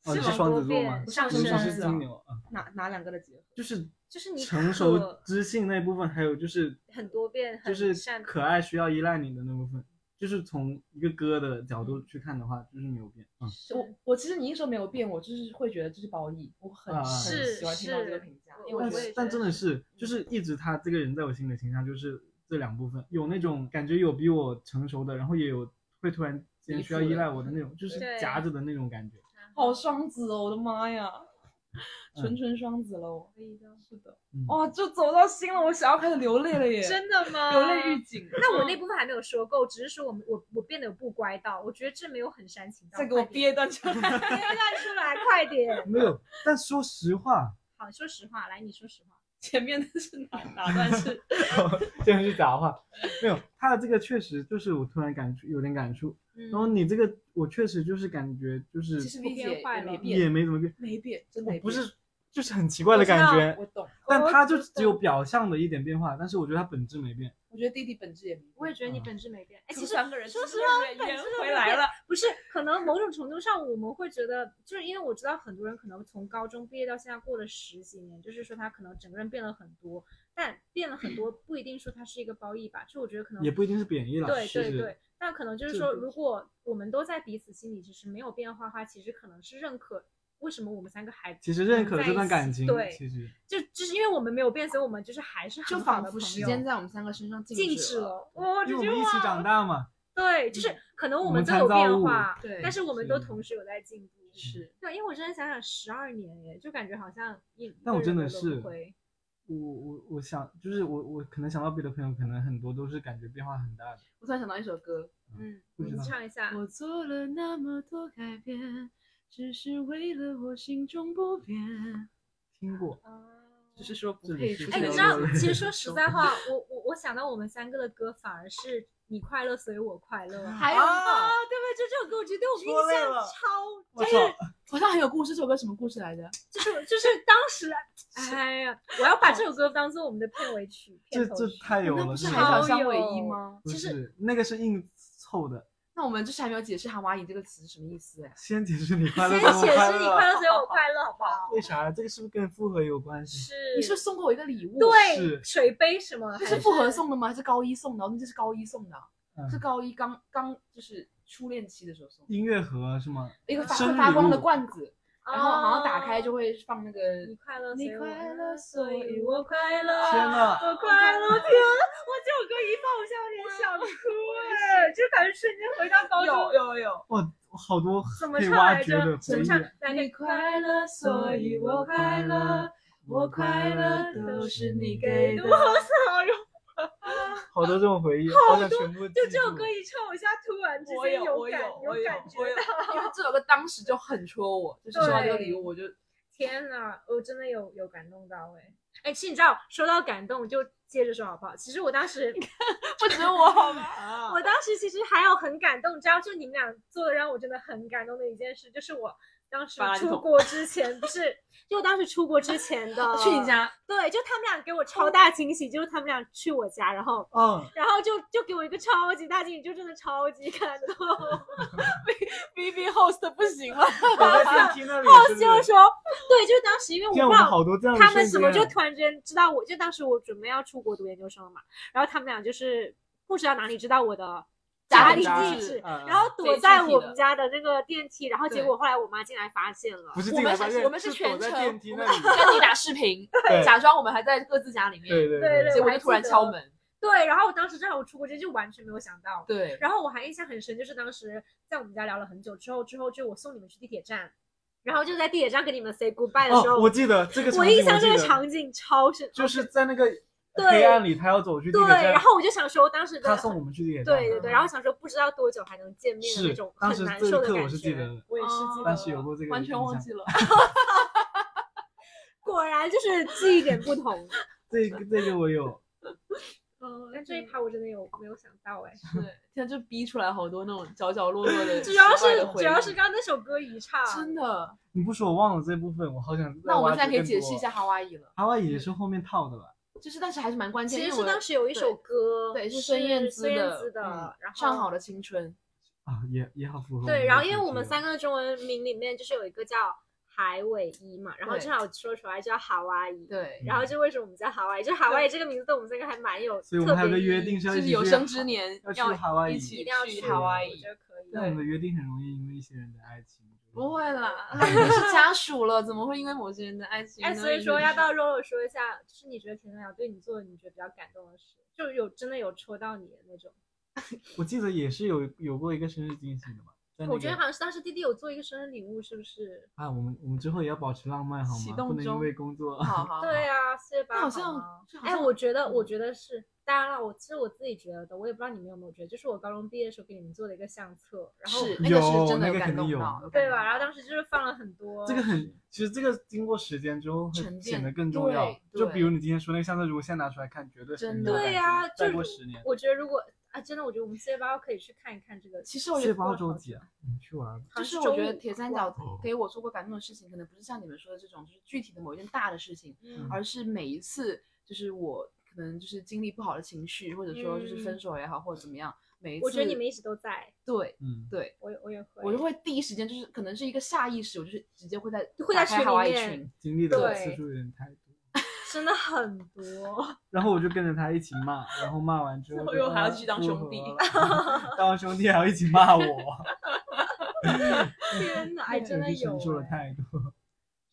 Speaker 3: 哦，你
Speaker 1: 是
Speaker 3: 是
Speaker 1: 吗
Speaker 3: 双
Speaker 1: 多
Speaker 3: 子座吗？
Speaker 1: 变上
Speaker 3: 你是
Speaker 2: 升
Speaker 3: 是金牛啊，
Speaker 2: 哪哪两个的结合？
Speaker 3: 就是
Speaker 1: 就是你
Speaker 3: 成熟
Speaker 1: 可
Speaker 3: 知性那部分，还有就是
Speaker 1: 很多变，
Speaker 3: 就
Speaker 1: 很
Speaker 3: 是
Speaker 1: 善
Speaker 3: 可爱需要依赖你的那部分，就是从一个哥的角度去看的话，就是没有变啊。嗯
Speaker 1: 是
Speaker 2: 我我其实你一说没有变，我就是会觉得这是褒义，我很、
Speaker 3: 啊
Speaker 2: 很
Speaker 1: 是
Speaker 2: 喜欢听到这个
Speaker 1: 是
Speaker 2: 评价，
Speaker 1: 我
Speaker 2: 因为我
Speaker 3: 但
Speaker 2: 觉
Speaker 1: 也
Speaker 2: 得
Speaker 1: 觉
Speaker 3: 但
Speaker 1: 得嗯
Speaker 3: 真的是，就是一直他这个人在我心里的形象就是这两部分，有那种感觉有比我成熟的，然后也有会突然间
Speaker 2: 依
Speaker 3: 需要
Speaker 2: 附的
Speaker 3: 依赖我的
Speaker 1: <laughs>
Speaker 3: 那种，就是
Speaker 1: 对
Speaker 3: 夹着的那种感觉。
Speaker 2: 好双子哦，我的妈呀，
Speaker 3: 嗯
Speaker 2: 纯纯双子喽，
Speaker 1: 可以的。
Speaker 2: 是的，
Speaker 3: 嗯
Speaker 2: 哇，就走到心了，我想要开始流泪了耶，
Speaker 1: 真的吗？
Speaker 2: 流泪预警。
Speaker 1: 那我那
Speaker 2: 嗯
Speaker 1: 部分还没有说够，只是说我们我我变得有不乖到，我觉得这没有很煽情到。
Speaker 2: 再给我
Speaker 1: 快点，哎
Speaker 2: 憋一段出来， <laughs>
Speaker 1: 憋烂出来，快点。 <laughs>
Speaker 3: 没有，但说实 <laughs> 话，
Speaker 1: 好，说实话，来，你说实话。
Speaker 2: 前面的是哪哪段是？
Speaker 3: 这样是假话。没有，他的这个确实就是我突然感触，有点感触。
Speaker 1: 嗯
Speaker 3: 然后你这个，我确实就是感觉就是
Speaker 2: 其实
Speaker 1: 不
Speaker 2: V 姐
Speaker 1: 变
Speaker 2: 也
Speaker 1: 坏
Speaker 2: 没
Speaker 1: 了
Speaker 2: 变，
Speaker 3: 也没怎么变，
Speaker 2: 没变，真
Speaker 3: 我
Speaker 2: 没变，
Speaker 3: 不是就是很奇怪的感
Speaker 2: 我
Speaker 3: 觉。
Speaker 2: 懂，
Speaker 3: 但
Speaker 1: 我
Speaker 3: 他就
Speaker 1: 知
Speaker 3: 只有
Speaker 1: 道
Speaker 3: 表象的一点变化，但是我觉得他本质没变。
Speaker 2: 我觉得弟弟本质也没变。
Speaker 1: 我也觉得你
Speaker 3: 嗯
Speaker 1: 本质没变。哎，
Speaker 2: 除
Speaker 1: 其实
Speaker 2: 三个人
Speaker 1: 说
Speaker 2: 四
Speaker 1: 实
Speaker 2: 个
Speaker 1: 话，
Speaker 2: 人
Speaker 1: 本
Speaker 2: 圆
Speaker 1: 质都
Speaker 2: 回
Speaker 1: 没
Speaker 2: 来
Speaker 1: 变
Speaker 2: 了。
Speaker 1: 不是，可能某种程度上我们会觉得，就是因为我知道很多人可能从高中毕业到现在过了十几年，就是说他可能整个人变了很多，但变了很多不一定说他是一个褒义吧，就我觉得可能
Speaker 3: 也不一定是贬义了，
Speaker 1: 对
Speaker 3: 是
Speaker 1: 对对，那可能就是
Speaker 3: 这
Speaker 1: 说，
Speaker 3: 个
Speaker 1: 如果我们都在彼此心里其实没有变化的话，其实可能是认可为什么我们三个还
Speaker 3: 其实认可了
Speaker 1: 能在
Speaker 3: 这段
Speaker 1: 一
Speaker 3: 感
Speaker 1: 起
Speaker 3: 情，
Speaker 1: 对，
Speaker 3: 其实
Speaker 1: 就就是因为我们没有变，所以我们就是还是
Speaker 2: 就
Speaker 1: 很好
Speaker 2: 仿
Speaker 1: 的
Speaker 2: 佛
Speaker 1: 朋
Speaker 2: 时
Speaker 1: 友
Speaker 2: 间在我们三个身上
Speaker 1: 静
Speaker 2: 止
Speaker 1: 止
Speaker 2: 了。
Speaker 1: 了，哇，
Speaker 3: 因
Speaker 1: 这
Speaker 3: 为我
Speaker 1: 句
Speaker 3: 们一起长
Speaker 1: 话，
Speaker 3: 大嘛，
Speaker 1: 对，就是可能
Speaker 3: 嗯我
Speaker 1: 们
Speaker 3: 们
Speaker 1: 都
Speaker 3: 参
Speaker 1: 有
Speaker 3: 照
Speaker 1: 变
Speaker 3: 物
Speaker 1: 化，
Speaker 2: 对
Speaker 1: 但是我们都
Speaker 3: 是
Speaker 1: 同时有在进步。
Speaker 2: 是，
Speaker 1: 对，因为我真的想想，十二年耶，就感觉好像一，
Speaker 3: 但
Speaker 1: 一
Speaker 3: 我
Speaker 1: 个
Speaker 3: 真
Speaker 1: 人
Speaker 3: 的
Speaker 1: 轮
Speaker 3: 是
Speaker 1: 回
Speaker 3: 我我我想就是我我可能想到别的朋友，可能很多都是感觉变化很大的，
Speaker 2: 我突然想到一首歌，
Speaker 1: 嗯，
Speaker 3: 不
Speaker 1: 你
Speaker 3: 知道
Speaker 1: 唱一下，
Speaker 2: 我做了那么多改变，只是为了我心中不变。
Speaker 3: 听过，
Speaker 2: 只是说不
Speaker 3: 这里
Speaker 2: 配
Speaker 3: 是
Speaker 2: 出
Speaker 1: 哎，你
Speaker 2: 这个
Speaker 1: 知道
Speaker 3: 有，
Speaker 1: 其
Speaker 3: <laughs>
Speaker 1: 实说
Speaker 3: 人
Speaker 1: 实在话，我我我想到我们三个的歌，反而是你快乐，所以我快乐。
Speaker 2: 还有
Speaker 1: 啊
Speaker 2: 吗？，
Speaker 1: 对不对？就这首歌，我觉得对我
Speaker 3: 说
Speaker 1: 们
Speaker 3: 累
Speaker 1: 印象
Speaker 3: 了
Speaker 1: 超，
Speaker 3: 我
Speaker 1: 就
Speaker 3: 操
Speaker 1: 是，
Speaker 2: 好像很有故事，这首歌什么故事来着？
Speaker 1: 就是就是当
Speaker 3: <laughs>
Speaker 1: 时，哎呀，我要把这首歌当做我们的片尾曲、
Speaker 3: 这
Speaker 1: 片头
Speaker 3: 这
Speaker 1: 曲。
Speaker 3: 太有
Speaker 2: 那
Speaker 3: 了，
Speaker 2: 不是
Speaker 3: 这
Speaker 2: 海
Speaker 3: 个
Speaker 2: 角
Speaker 1: 好
Speaker 2: 相
Speaker 1: 有
Speaker 2: 唯一吗？
Speaker 3: 不
Speaker 1: 其实
Speaker 3: 是那个是硬凑的，
Speaker 2: 那我们就是还没有解释“蛤蟆蚁”这个词是什么意思哎。
Speaker 3: 先解释你快乐，
Speaker 1: 先
Speaker 3: 怎么
Speaker 1: 写
Speaker 3: 快
Speaker 1: 是你
Speaker 3: 乐，
Speaker 1: 快乐，所以我快乐，好不好？
Speaker 3: 为啥？这个是不是跟复合有关系？
Speaker 1: 是，
Speaker 2: 你是不是送过我一个礼物？
Speaker 1: 对
Speaker 3: 是
Speaker 1: 水杯什么？
Speaker 2: 这
Speaker 1: 还
Speaker 2: 是复合送的吗？还是高一送的？我们这是高一送的啊，
Speaker 3: 嗯
Speaker 2: 是高一刚刚就是初恋期的时候送的，
Speaker 3: 音乐盒是吗？
Speaker 2: 一个发
Speaker 3: 生
Speaker 2: 会
Speaker 3: 日
Speaker 2: 发光
Speaker 3: 礼
Speaker 2: 的
Speaker 3: 物
Speaker 2: 罐子，然后好像打开就
Speaker 1: 会。
Speaker 2: 会放那个。
Speaker 1: 哦你快乐，
Speaker 2: 你
Speaker 1: 所以我
Speaker 2: 快乐所以
Speaker 1: 我快乐。
Speaker 3: 天呐，
Speaker 1: 我快乐天！我这首歌一放，我现在有点 <laughs> 想哭哎，就感觉瞬间回到高中。
Speaker 2: 有有，
Speaker 3: 哇，好多
Speaker 1: 怎么
Speaker 3: 可以
Speaker 1: 唱
Speaker 3: 挖
Speaker 1: 来
Speaker 3: 掘
Speaker 1: 着
Speaker 3: 的？
Speaker 1: 怎
Speaker 3: 回
Speaker 1: 么
Speaker 3: 忆
Speaker 1: 唱
Speaker 3: 啊？
Speaker 1: 来
Speaker 2: 你
Speaker 1: 个
Speaker 2: 快乐，所以我快乐，我快乐都是你给的。
Speaker 1: 我操哟！
Speaker 3: 好多这种回忆，好想
Speaker 1: 多
Speaker 3: 全部
Speaker 1: 就
Speaker 3: 记
Speaker 1: 这首
Speaker 3: 住
Speaker 1: 歌一唱，我一下突然之间感有感觉到。 <laughs>
Speaker 2: 因为这首歌当时就很戳我，就是收到这个礼物，我就
Speaker 1: 天呐，我真的有有感动到哎哎，其实你知道，说到感动，就接着说好不好？其实我当时
Speaker 2: 不止我好吗？
Speaker 3: 啊
Speaker 1: 我当时其实还有很感动，你知道，就你们俩做的让我真的很感动的一件事，就是我当时
Speaker 2: 发垃圾
Speaker 1: 出
Speaker 2: 桶
Speaker 1: 国之前，不是， <laughs> 就我当时出国之前的
Speaker 2: <laughs> 去你，家，
Speaker 1: 对，就他们俩给我超大惊喜，就是他们俩去我家，然后。
Speaker 3: 嗯，
Speaker 1: 然后就就给我一个超级大惊喜，就真的超级感动。
Speaker 2: B B host 不
Speaker 1: <laughs>
Speaker 2: 行了，
Speaker 3: 我在电梯那里，
Speaker 1: 我
Speaker 3: 对不
Speaker 1: 就
Speaker 3: 对
Speaker 1: 说，对，就当时因为我
Speaker 3: 见
Speaker 1: 不
Speaker 3: 我
Speaker 1: 知
Speaker 3: 们
Speaker 1: 道
Speaker 3: 好多这样的
Speaker 1: 他们
Speaker 3: 瞬
Speaker 1: 怎么
Speaker 3: 间
Speaker 1: 就突然之间知道我？就当时我准备要出国读研究生了嘛，然后他们俩就是不知道哪里知道我的
Speaker 2: 家
Speaker 1: 里
Speaker 2: 里
Speaker 1: 地
Speaker 2: 地址
Speaker 3: 嗯嗯
Speaker 1: 然后躲
Speaker 2: 对
Speaker 1: 在
Speaker 2: 具体
Speaker 1: 我
Speaker 2: 的
Speaker 1: 们家的那个电梯，然后结
Speaker 2: 对
Speaker 1: 果后来我妈进来发现了
Speaker 3: 不。是
Speaker 2: 我
Speaker 3: 进
Speaker 2: 们
Speaker 3: 来
Speaker 2: 还
Speaker 3: 发
Speaker 2: 是
Speaker 3: 现，
Speaker 2: 我们是
Speaker 3: 是
Speaker 2: 全
Speaker 3: 躲在
Speaker 2: 程
Speaker 3: 电梯
Speaker 2: 我
Speaker 3: 那
Speaker 2: 们
Speaker 3: 里，
Speaker 2: 跟你打视
Speaker 1: <laughs>
Speaker 2: 频，
Speaker 3: 对
Speaker 2: 假装我们还在各自家里面，
Speaker 3: 对对
Speaker 1: 对对
Speaker 2: 结果就突然敲门，
Speaker 1: 对，然后我当时正好我出国之前就完全没有想到。
Speaker 2: 对，
Speaker 1: 然后我还印象很深，就是当时在我们家聊了很久之后，之后就我送你们去地铁站，然后就在地铁站跟你们 say goodbye 的时候，
Speaker 3: 哦，我记得这个，
Speaker 1: 我印象这个
Speaker 3: 场
Speaker 1: 场景
Speaker 3: 景
Speaker 1: 超深，哦
Speaker 3: 我记得就是在那个
Speaker 1: 对
Speaker 3: 黑暗里，他要走去地
Speaker 1: 对，
Speaker 3: 铁站，
Speaker 1: 然后我就想说，当时的
Speaker 3: 他送我们去地铁站，
Speaker 1: 对对对，然后想说不知道多久还能见面的那
Speaker 3: 嗯是
Speaker 1: 种
Speaker 3: 当
Speaker 1: 很
Speaker 3: 时
Speaker 1: 难
Speaker 3: 这一
Speaker 1: 受的
Speaker 3: 刻
Speaker 1: 感
Speaker 3: 我是记得
Speaker 1: 觉
Speaker 3: 的。
Speaker 1: 我也是记
Speaker 2: 哦
Speaker 1: 得
Speaker 3: 当时有过这个
Speaker 2: 完全忘
Speaker 3: 印象
Speaker 2: 记了。
Speaker 1: 果然就是记忆点不同。
Speaker 3: 这个这个我有，
Speaker 1: 嗯，但这一趴我真的有没有想到哎，
Speaker 2: 对，现在就逼出来好多那种角角落落
Speaker 1: <laughs>
Speaker 2: 的
Speaker 1: 主
Speaker 2: 奇
Speaker 1: 要
Speaker 2: 怪
Speaker 1: 是
Speaker 2: 的回
Speaker 1: 主
Speaker 2: 忆，
Speaker 1: 要是刚刚那首歌一唱，
Speaker 2: 真的。
Speaker 3: 你不说我忘了这部分，我好想。
Speaker 2: 那我们现在可以解释一下，哈哇伊了，
Speaker 3: 啊哈瓦也是后面套的吧？
Speaker 2: 就是但是还是蛮关键，
Speaker 1: 其
Speaker 2: 因
Speaker 1: 实
Speaker 2: 为
Speaker 1: 是
Speaker 2: 我
Speaker 1: 当时有一首歌，
Speaker 2: 对
Speaker 1: 是
Speaker 2: 是孙燕姿
Speaker 1: 孙燕
Speaker 2: 的
Speaker 1: 姿的，
Speaker 2: 嗯
Speaker 1: 然后
Speaker 2: 上好的青春，
Speaker 3: 啊，也也好符合。
Speaker 1: 对，然后因为我们三个的中文名里面就是有一个叫海尾一嘛，然后
Speaker 2: 对
Speaker 1: 正好说出来叫哈哇伊，
Speaker 2: 对，
Speaker 1: 然后就为什么我们叫哈哇伊，就哈哇伊这个名字对我们三个还蛮有
Speaker 3: 所以我
Speaker 1: 特
Speaker 3: 们还有
Speaker 1: 别
Speaker 3: 个
Speaker 1: 意
Speaker 3: 约
Speaker 1: 义
Speaker 3: 定是要
Speaker 2: 就
Speaker 3: 一
Speaker 2: 是
Speaker 3: 起
Speaker 2: 有
Speaker 3: 去
Speaker 2: 生之年
Speaker 3: 要去
Speaker 2: 要
Speaker 3: 哈哇
Speaker 2: 一
Speaker 3: 伊
Speaker 1: 一
Speaker 2: 起
Speaker 1: 定要
Speaker 2: 去
Speaker 1: 去
Speaker 2: 哈哇
Speaker 1: 我
Speaker 2: 伊
Speaker 1: 觉，得可以。
Speaker 3: 那我们的约定很容易因为一些人的爱情。
Speaker 2: 不会
Speaker 3: <laughs>
Speaker 2: 啦，你们是家属了，怎么会因为某些人的爱情？
Speaker 1: 哎，所以说要不要肉肉说一下，就是你觉得田正阳对你做的你觉得比较感动的事，就有真的有戳到你的那种。
Speaker 3: 我记得也是有有过一个生日惊喜的嘛。在那
Speaker 1: 我觉得
Speaker 3: 个
Speaker 1: 好像是当时弟弟有做一个生日礼物，是不是？
Speaker 3: 啊，我们我们之后也要保持浪漫好
Speaker 2: 启
Speaker 3: 吗？
Speaker 2: 动
Speaker 3: 不能因
Speaker 2: 中
Speaker 3: 为
Speaker 2: <laughs>
Speaker 3: 工
Speaker 1: <laughs>
Speaker 3: 作。
Speaker 2: 好好
Speaker 1: 对啊，四月八
Speaker 2: 哦
Speaker 1: 号
Speaker 2: 那好像
Speaker 1: 吗
Speaker 2: 这好
Speaker 1: 哎，
Speaker 2: 像
Speaker 1: 我觉得，我
Speaker 2: 嗯
Speaker 1: 觉得是。当然了，我其实我自己觉得的，我也不知道你们有没有觉得，就是我高中毕业的时候给你们做的一个相册，然后
Speaker 2: 是哎那个是真的
Speaker 3: 有那个
Speaker 2: 感
Speaker 3: 肯定
Speaker 2: 动
Speaker 3: 有
Speaker 2: 到，
Speaker 1: 对吧？然后当时就是放了很多
Speaker 3: 这个很，其实这个经过时间之后
Speaker 2: 沉
Speaker 3: 会显
Speaker 2: 淀
Speaker 3: 得更重要
Speaker 2: 对。
Speaker 3: 就比如
Speaker 2: 对
Speaker 3: 你今天说那个相册，如果现在拿出来看，绝对是
Speaker 2: 真
Speaker 3: 很
Speaker 2: 的
Speaker 3: 有
Speaker 1: 对
Speaker 3: 感
Speaker 1: 呀、
Speaker 3: 觉
Speaker 1: 就
Speaker 3: 再
Speaker 1: 是
Speaker 3: 过十年，
Speaker 1: 我觉得如果啊，真的，我觉得我们四月八号可以去看一看这个。
Speaker 2: 其实我觉
Speaker 3: 四
Speaker 2: 得
Speaker 3: 月八号周几啊？你去玩吧。
Speaker 1: 好像
Speaker 2: 就是
Speaker 1: 周
Speaker 2: 我觉得
Speaker 1: 五
Speaker 2: 铁三角给我做过感动的事情，可能不是像你们说的这种，就是具体的某一件大的事情，
Speaker 1: 嗯
Speaker 2: 而是每一次就是我可能就是经历不好的情绪，或者说就是分手也好，或者怎么样，每一
Speaker 1: 嗯
Speaker 2: 次
Speaker 1: 我觉得你们一直都在，
Speaker 2: 对
Speaker 3: 嗯，
Speaker 2: 对，
Speaker 1: 我我也会，
Speaker 2: 我就会第一时间就是可能是一个下意识，我就是直接会在
Speaker 1: 会在
Speaker 2: 打开
Speaker 1: 群里
Speaker 2: 海外
Speaker 1: 面
Speaker 2: 群，
Speaker 3: 经历的次
Speaker 1: 对
Speaker 3: 数有点太多。
Speaker 1: 真的很
Speaker 2: <laughs>
Speaker 1: 多。
Speaker 3: 然后我就跟着他一起骂，然后骂完之后就
Speaker 2: 最后又还要
Speaker 3: 啊
Speaker 2: 去当
Speaker 3: 复
Speaker 2: 兄
Speaker 3: 合
Speaker 2: 弟
Speaker 3: 了 <laughs> 当兄弟还要一起骂
Speaker 1: <laughs>
Speaker 3: 我，
Speaker 1: 天哪，哎，真的
Speaker 3: 我就
Speaker 1: 有
Speaker 3: 承受了
Speaker 1: 哎
Speaker 3: 太多。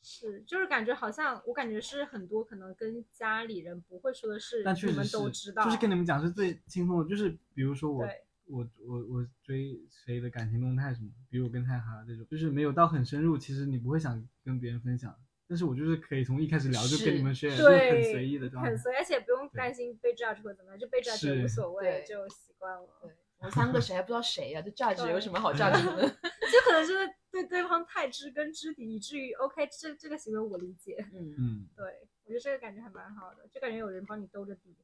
Speaker 3: <laughs>
Speaker 1: 是，就是感觉好像我感觉是很多可能跟家里人不会说的事，
Speaker 3: 但确
Speaker 1: 你
Speaker 3: 实
Speaker 1: 们
Speaker 3: 是
Speaker 1: 都知道，
Speaker 3: 就是跟你们讲是最轻松的，就是比如说我
Speaker 1: 对
Speaker 3: 我我我追谁的感情动态什么，比如我跟泰哈这种，就是没有到很深入，其实你不会想跟别人分享，但是我就是可以从一开始聊就跟你们 share，就是
Speaker 1: 对
Speaker 3: 很随意的状态
Speaker 1: 很。随，而且不用
Speaker 3: 对
Speaker 1: 担心被 judge 或怎么样，就被 judge 也无
Speaker 3: 是
Speaker 1: 所谓，
Speaker 2: 对
Speaker 1: 就习惯了。
Speaker 2: 对我三个谁还不知道谁啊呀、就 judge
Speaker 1: 对
Speaker 2: 有什么好 judge 的呢？
Speaker 1: 就可能真的对对方太知根知底，以至于 OK 这这个行为我理解。
Speaker 2: <laughs> 嗯，
Speaker 3: 嗯，
Speaker 1: 对我觉得这个感觉还蛮好的，就感觉有人帮你兜着底。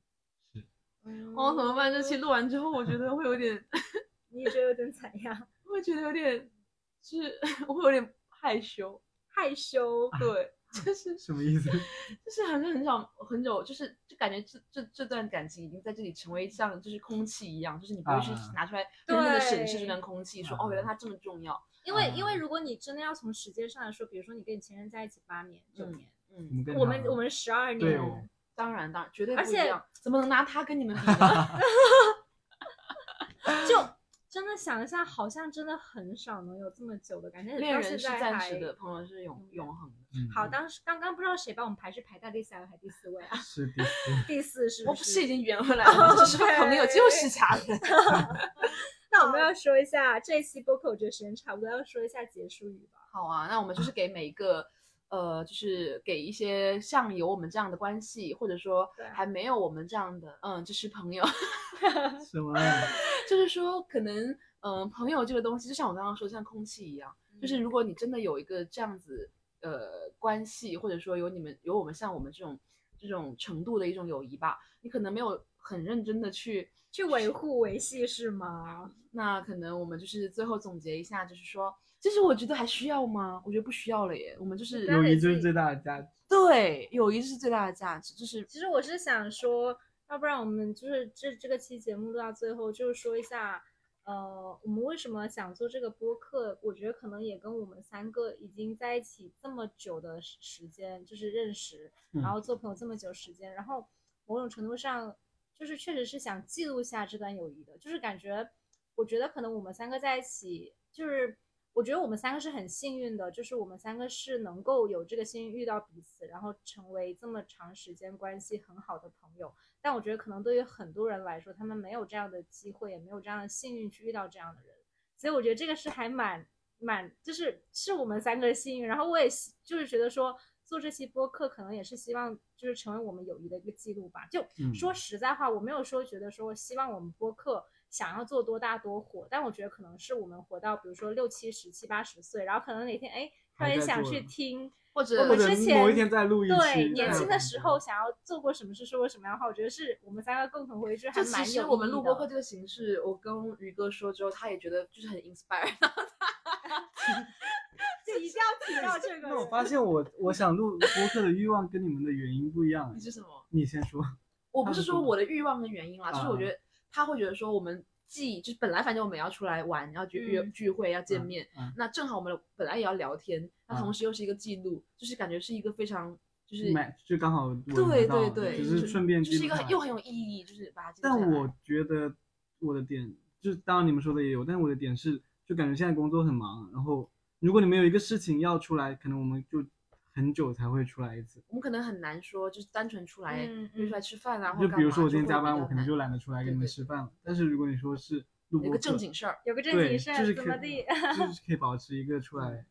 Speaker 3: 是
Speaker 1: 嗯。
Speaker 2: 哦，怎么办？这期录完之后，我觉得会有点，
Speaker 1: 你也觉得有点怎样？
Speaker 2: 会觉得有点，就是 <laughs> 我会有点害羞，
Speaker 1: <laughs> 害羞，
Speaker 3: 啊
Speaker 2: 对，就是
Speaker 3: 什么意思？ <laughs>
Speaker 2: 就是好像很少很久，就是就感觉这这这段感情已经在这里成为像就是空气一样，就是你不会去
Speaker 3: 啊
Speaker 2: 拿出来真正的审视
Speaker 1: 对
Speaker 2: 这段空气，说哦，原来它这么重要。
Speaker 1: 因为
Speaker 3: 啊
Speaker 1: 因为如果你真的要从时间上来说，比如说你跟你前任在一起八年九
Speaker 2: 嗯
Speaker 1: 年，
Speaker 3: 我
Speaker 2: 嗯，
Speaker 3: 们跟
Speaker 1: 我
Speaker 3: 他
Speaker 1: 们我们十二
Speaker 3: 对
Speaker 1: 年，
Speaker 3: 哦
Speaker 2: 当然当然绝对
Speaker 1: 而
Speaker 2: 不一
Speaker 1: 且
Speaker 2: 样，怎么能拿它跟你们比呢？
Speaker 1: 就真的想一下，好像真的很少能有这么久的感觉。而且
Speaker 2: 恋
Speaker 1: 到
Speaker 2: 人
Speaker 1: 现
Speaker 2: 是
Speaker 1: 在
Speaker 2: 暂
Speaker 1: 还
Speaker 2: 时的，朋友是永永恒的。
Speaker 3: 嗯
Speaker 1: 好，当时刚刚不知道谁把我们排是排到第三位还是第四位啊？ <laughs>
Speaker 3: 是第四，
Speaker 1: 第四是
Speaker 2: 我
Speaker 1: 不
Speaker 2: 不是已经圆回来了，只是个
Speaker 1: <laughs>
Speaker 2: 朋友，就是家人。
Speaker 1: 那我们要说一下这一期播客，我觉得时间差不多，要说一下结束语吧。
Speaker 2: <laughs> 好啊，那我们就是给每一个，呃，就是给一些像有我们这样的关系，或者说
Speaker 1: 对啊
Speaker 2: 还没有我们这样的，嗯，就是朋友，
Speaker 3: <laughs>
Speaker 2: <laughs>
Speaker 3: 什么？
Speaker 2: 就是说可能，嗯、朋友这个东西，就像我刚刚说，像空气一样，
Speaker 1: 嗯
Speaker 2: 就是如果你真的有一个这样子，呃，关系，或者说有你们有我们像我们这种这种程度的一种友谊吧，你可能没有很认真的去。
Speaker 1: 去维护维系是吗？
Speaker 2: 那可能我们就是最后总结一下，就是说，其实我觉得还需要吗？我觉得不需要了耶。我们就是
Speaker 1: 当
Speaker 3: 友
Speaker 1: 然
Speaker 3: 谊就是
Speaker 1: 是
Speaker 3: 最大的价值。
Speaker 2: 对，友谊是最大的价值，就是
Speaker 1: 其实我是想说，要不然我们就是这这个期节目录到最后，就是说一下，呃，我们为什么想做这个播客？我觉得可能也跟我们三个已经在一起这么久的时时间，就是认识，
Speaker 3: 嗯
Speaker 1: 然后做朋友这么久时间，然后某种程度上，就是确实是想记录下这段友谊的，就是感觉，我觉得可能我们三个在一起，就是我觉得我们三个是很幸运的，就是我们三个是能够有这个幸运遇到彼此，然后成为这么长时间关系很好的朋友。但我觉得可能对于很多人来说，他们没有这样的机会，也没有这样的幸运去遇到这样的人，所以我觉得这个是还蛮蛮，就是是我们三个的幸运。然后我也希就是觉得说。做这期播客可能也是希望，就是成为我们友谊的一个记录吧。就
Speaker 3: 嗯
Speaker 1: 说实在话，我没有说觉得说希望我们播客想要做多大多火，但我觉得可能是我们活到比如说六七十、七八十岁，然后可能哪天哎突
Speaker 3: 还
Speaker 1: 然
Speaker 3: 在
Speaker 1: 想
Speaker 3: 做
Speaker 1: 去
Speaker 3: 呢
Speaker 1: 听，
Speaker 2: 或者
Speaker 1: 我
Speaker 3: 或
Speaker 1: 们
Speaker 3: 者
Speaker 1: 之前
Speaker 3: 某一天再录一期。
Speaker 1: 对年
Speaker 2: 对
Speaker 1: 轻的时候想要做过什么事、说过什么样的话，我觉得是我们三个共同回去还
Speaker 2: 就
Speaker 1: 蛮
Speaker 2: 其
Speaker 1: 有
Speaker 2: 实我们
Speaker 1: 意义
Speaker 2: 录播
Speaker 1: 的
Speaker 2: 客这个形式，我跟于哥说之后，他也觉得就是很 inspire，然 <laughs> 后
Speaker 1: 就一定要提到这个
Speaker 3: <laughs> 那我
Speaker 1: 人。
Speaker 3: 发现我我想录播客的欲望跟你们的原因不一
Speaker 2: <laughs>
Speaker 3: 样
Speaker 2: 你，是什么？
Speaker 3: 你先说。
Speaker 2: 我不是
Speaker 3: 他是
Speaker 2: 说
Speaker 3: 什么
Speaker 2: 我的欲望跟原因啦，就是我
Speaker 3: 啊
Speaker 2: 觉得他会觉得说我们既就是本来反正我们要出来玩，要聚约
Speaker 1: 嗯
Speaker 2: 聚会，要见
Speaker 3: 嗯
Speaker 2: 面
Speaker 3: 嗯，
Speaker 2: 那正好我们本来也要聊天，那
Speaker 3: 啊
Speaker 2: 同时又是一个记录，就是感觉是一个非常就是
Speaker 3: 买就刚好我
Speaker 2: 对
Speaker 3: 知
Speaker 2: 对
Speaker 3: 道了
Speaker 2: 对，
Speaker 3: 只
Speaker 2: 就是
Speaker 3: 顺便
Speaker 2: 就
Speaker 3: 记
Speaker 2: 是一
Speaker 3: 录
Speaker 2: 个
Speaker 3: 下
Speaker 2: 很又
Speaker 3: 来
Speaker 2: 很有意义，就是把它记录下
Speaker 3: 但
Speaker 2: 来。
Speaker 3: 我觉得我的点就是，当然你们说的也有，但是我的点是，就感觉现在工作很忙，然后如果你们有一个事情要出来，可能我们就很久才会出来一次。
Speaker 2: 我们可能很难说，就是单纯出来
Speaker 1: 嗯
Speaker 2: 约出来
Speaker 1: 嗯
Speaker 2: 吃饭啊，或
Speaker 3: 就
Speaker 2: 干
Speaker 3: 比如
Speaker 2: 嘛
Speaker 3: 说我今
Speaker 2: 就
Speaker 3: 天
Speaker 2: 会
Speaker 3: 加
Speaker 2: 比
Speaker 3: 班，
Speaker 2: 较
Speaker 3: 我可能
Speaker 2: 难
Speaker 3: 就懒得出来跟你
Speaker 2: 对
Speaker 3: 们
Speaker 2: 对
Speaker 3: 吃饭了。但是如果你说是录
Speaker 2: 有
Speaker 3: 播
Speaker 2: 个
Speaker 3: 课，
Speaker 2: 正
Speaker 1: <laughs>
Speaker 2: 经事儿。
Speaker 1: 有个正
Speaker 3: 对，
Speaker 1: 经事
Speaker 3: 就
Speaker 1: 儿
Speaker 3: 是
Speaker 1: 怎
Speaker 3: 可
Speaker 1: 么
Speaker 3: 以
Speaker 1: 地？
Speaker 3: 就是可以保持一个出来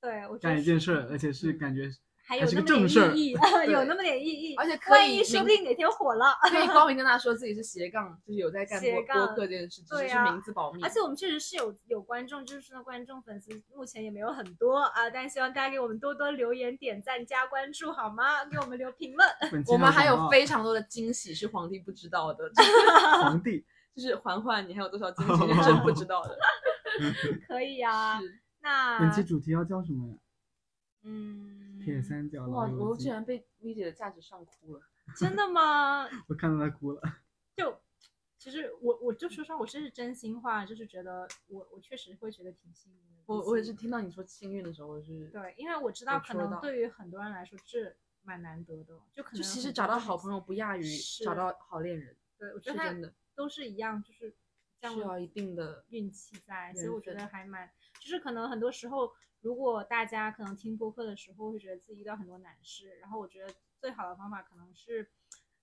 Speaker 1: 对，我觉
Speaker 3: 干
Speaker 1: 得
Speaker 3: 一
Speaker 1: 是
Speaker 3: 件事儿，而且是
Speaker 2: 嗯
Speaker 3: 感觉
Speaker 1: 还
Speaker 3: 还
Speaker 1: 有
Speaker 3: 是
Speaker 1: 那
Speaker 3: 个
Speaker 1: 么点
Speaker 3: 正事儿 <laughs>
Speaker 1: 意义，有
Speaker 2: 对
Speaker 1: 那么点意义，
Speaker 2: 而且可
Speaker 1: 万
Speaker 2: 以
Speaker 1: 一说不
Speaker 2: 明
Speaker 1: 定哪天火了。
Speaker 2: 可以光明跟大家说自己是斜杠，就是有在干播
Speaker 1: 斜杠
Speaker 2: 播客这件事，只
Speaker 1: 对
Speaker 2: 是是
Speaker 1: 啊
Speaker 2: 名字保密。
Speaker 1: 而且我们确实是有有观众，就是说观众粉丝目前也没有很多啊，但希望大家给我们多多留言、点赞、加关注，好吗？给我们留评论。
Speaker 3: 本期
Speaker 2: 我们
Speaker 3: 还
Speaker 2: 还
Speaker 3: 有
Speaker 2: 有
Speaker 3: 广告
Speaker 2: 非常多的惊喜是皇帝不知道的， <laughs> 就是
Speaker 3: 皇帝，
Speaker 2: 就是环环，你还有多少惊喜是真不知道
Speaker 3: <laughs>
Speaker 2: 的？
Speaker 1: 可以啊，
Speaker 2: 是
Speaker 1: 那
Speaker 3: 嗯本期主题要叫什么呀？
Speaker 1: 嗯，
Speaker 3: 铁三角
Speaker 2: 哇，
Speaker 3: 老
Speaker 2: 我
Speaker 3: 友
Speaker 2: 竟
Speaker 3: 记。
Speaker 2: 然被 V 姐的价值上哭了。
Speaker 1: 真的吗？
Speaker 3: 我看到他哭了。
Speaker 1: 就其实我我就说实话，我这是真心话，就是觉得我我确实会觉得挺幸运的。
Speaker 2: 我
Speaker 1: 就是
Speaker 2: 我也是听到你说幸运的时候，我是
Speaker 1: 对，因为我知道
Speaker 2: 有
Speaker 1: 可
Speaker 2: 说
Speaker 1: 能
Speaker 2: 到
Speaker 1: 对于很多人来说这蛮难得的，哦就可能
Speaker 2: 就其实
Speaker 1: 很
Speaker 2: 找
Speaker 1: 多
Speaker 2: 到
Speaker 1: 人
Speaker 2: 好朋友不亚于
Speaker 1: 是
Speaker 2: 找到好恋人，
Speaker 1: 对，我觉
Speaker 2: 是
Speaker 1: 得他
Speaker 2: 真的，
Speaker 1: 都是一样，就是这样
Speaker 2: 需要一定的
Speaker 1: 运气在，所以
Speaker 2: 缘
Speaker 1: 我觉
Speaker 2: 分
Speaker 1: 得还蛮，就是可能很多时候，如果大家可能听播客的时候会觉得自己遇到很多难事，然后我觉得最好的方法可能是，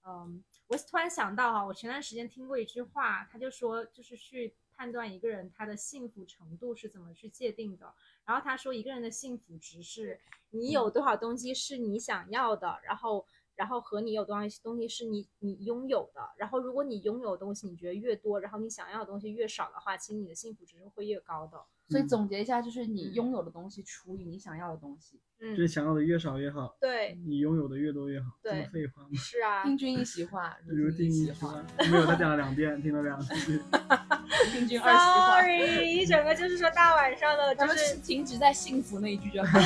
Speaker 1: 嗯，我突然想到啊，我前段时间听过一句话，他就说就是去判断一个人他的幸福程度是怎么去界定的，然后他说一个人的幸福值是你有多少东西是你想要的，然后。然后和你有多少东西是你你拥有的，然后如果你拥有的东西你觉得越多，然后你想要的东西越少的话，其实你的幸福指数会越高的。
Speaker 2: 所以
Speaker 3: 嗯
Speaker 2: 总结一下，就是你
Speaker 1: 嗯
Speaker 2: 拥有的东西除以你想要的东西，
Speaker 1: 嗯
Speaker 3: 就是想要的越少越好，
Speaker 1: 对，
Speaker 3: 你拥有的越多越好。这
Speaker 1: 对
Speaker 3: 么废话吗？
Speaker 1: 是啊，
Speaker 2: 听君一席话，
Speaker 3: 如
Speaker 2: 听
Speaker 3: 听
Speaker 2: 一
Speaker 3: 一
Speaker 2: 席
Speaker 3: 席
Speaker 2: 话
Speaker 3: 话，，没有，他讲了两遍，听了两次。
Speaker 2: 听君二席话。
Speaker 1: Sorry，一整个就是说大晚上的，
Speaker 2: 咱
Speaker 1: 就
Speaker 2: 们
Speaker 1: 是
Speaker 2: 停止在幸福那一句就好，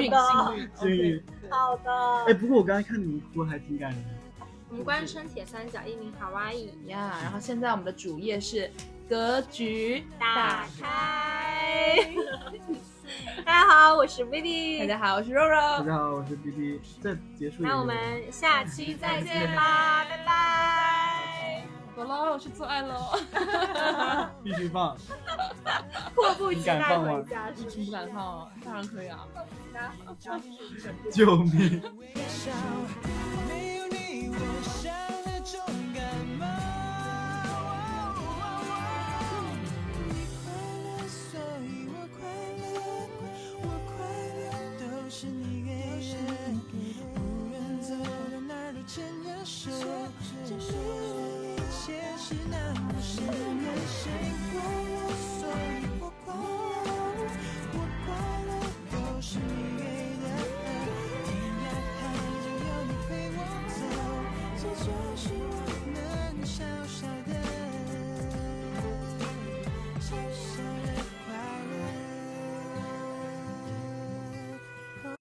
Speaker 2: <laughs> 幸运，
Speaker 1: 好
Speaker 2: 幸运，
Speaker 3: 幸运
Speaker 2: OK，对
Speaker 1: 好的
Speaker 3: 哎，。不过我刚才看你们哭还挺感人的。
Speaker 1: 我们官称铁三角，一名卡哇伊，
Speaker 2: 呀。然后现在我们的主页是格局
Speaker 1: 打
Speaker 2: 大，
Speaker 1: 开。大家好，我是 v i
Speaker 2: 大
Speaker 1: v i
Speaker 2: 家好，我是肉
Speaker 3: 大
Speaker 2: 肉，
Speaker 3: 家好，我是 B B，这结束一个。
Speaker 1: 那我们下期再见吧，拜拜。
Speaker 2: 走喽，我去做爱哦 <laughs> 喽，
Speaker 3: 必须放。
Speaker 1: <laughs> 迫不及
Speaker 3: 你敢
Speaker 1: 待
Speaker 3: 放吗
Speaker 1: 回家，是不
Speaker 2: 不
Speaker 1: 是？
Speaker 2: 敢看哦，当然可以啊。
Speaker 3: 救命！
Speaker 4: 没有你，我像那种感冒。哦你快乐，所以我快乐，我快乐都是你给的。无论走到哪儿都牵着手，经历的一切是那么深，人生快乐，所以。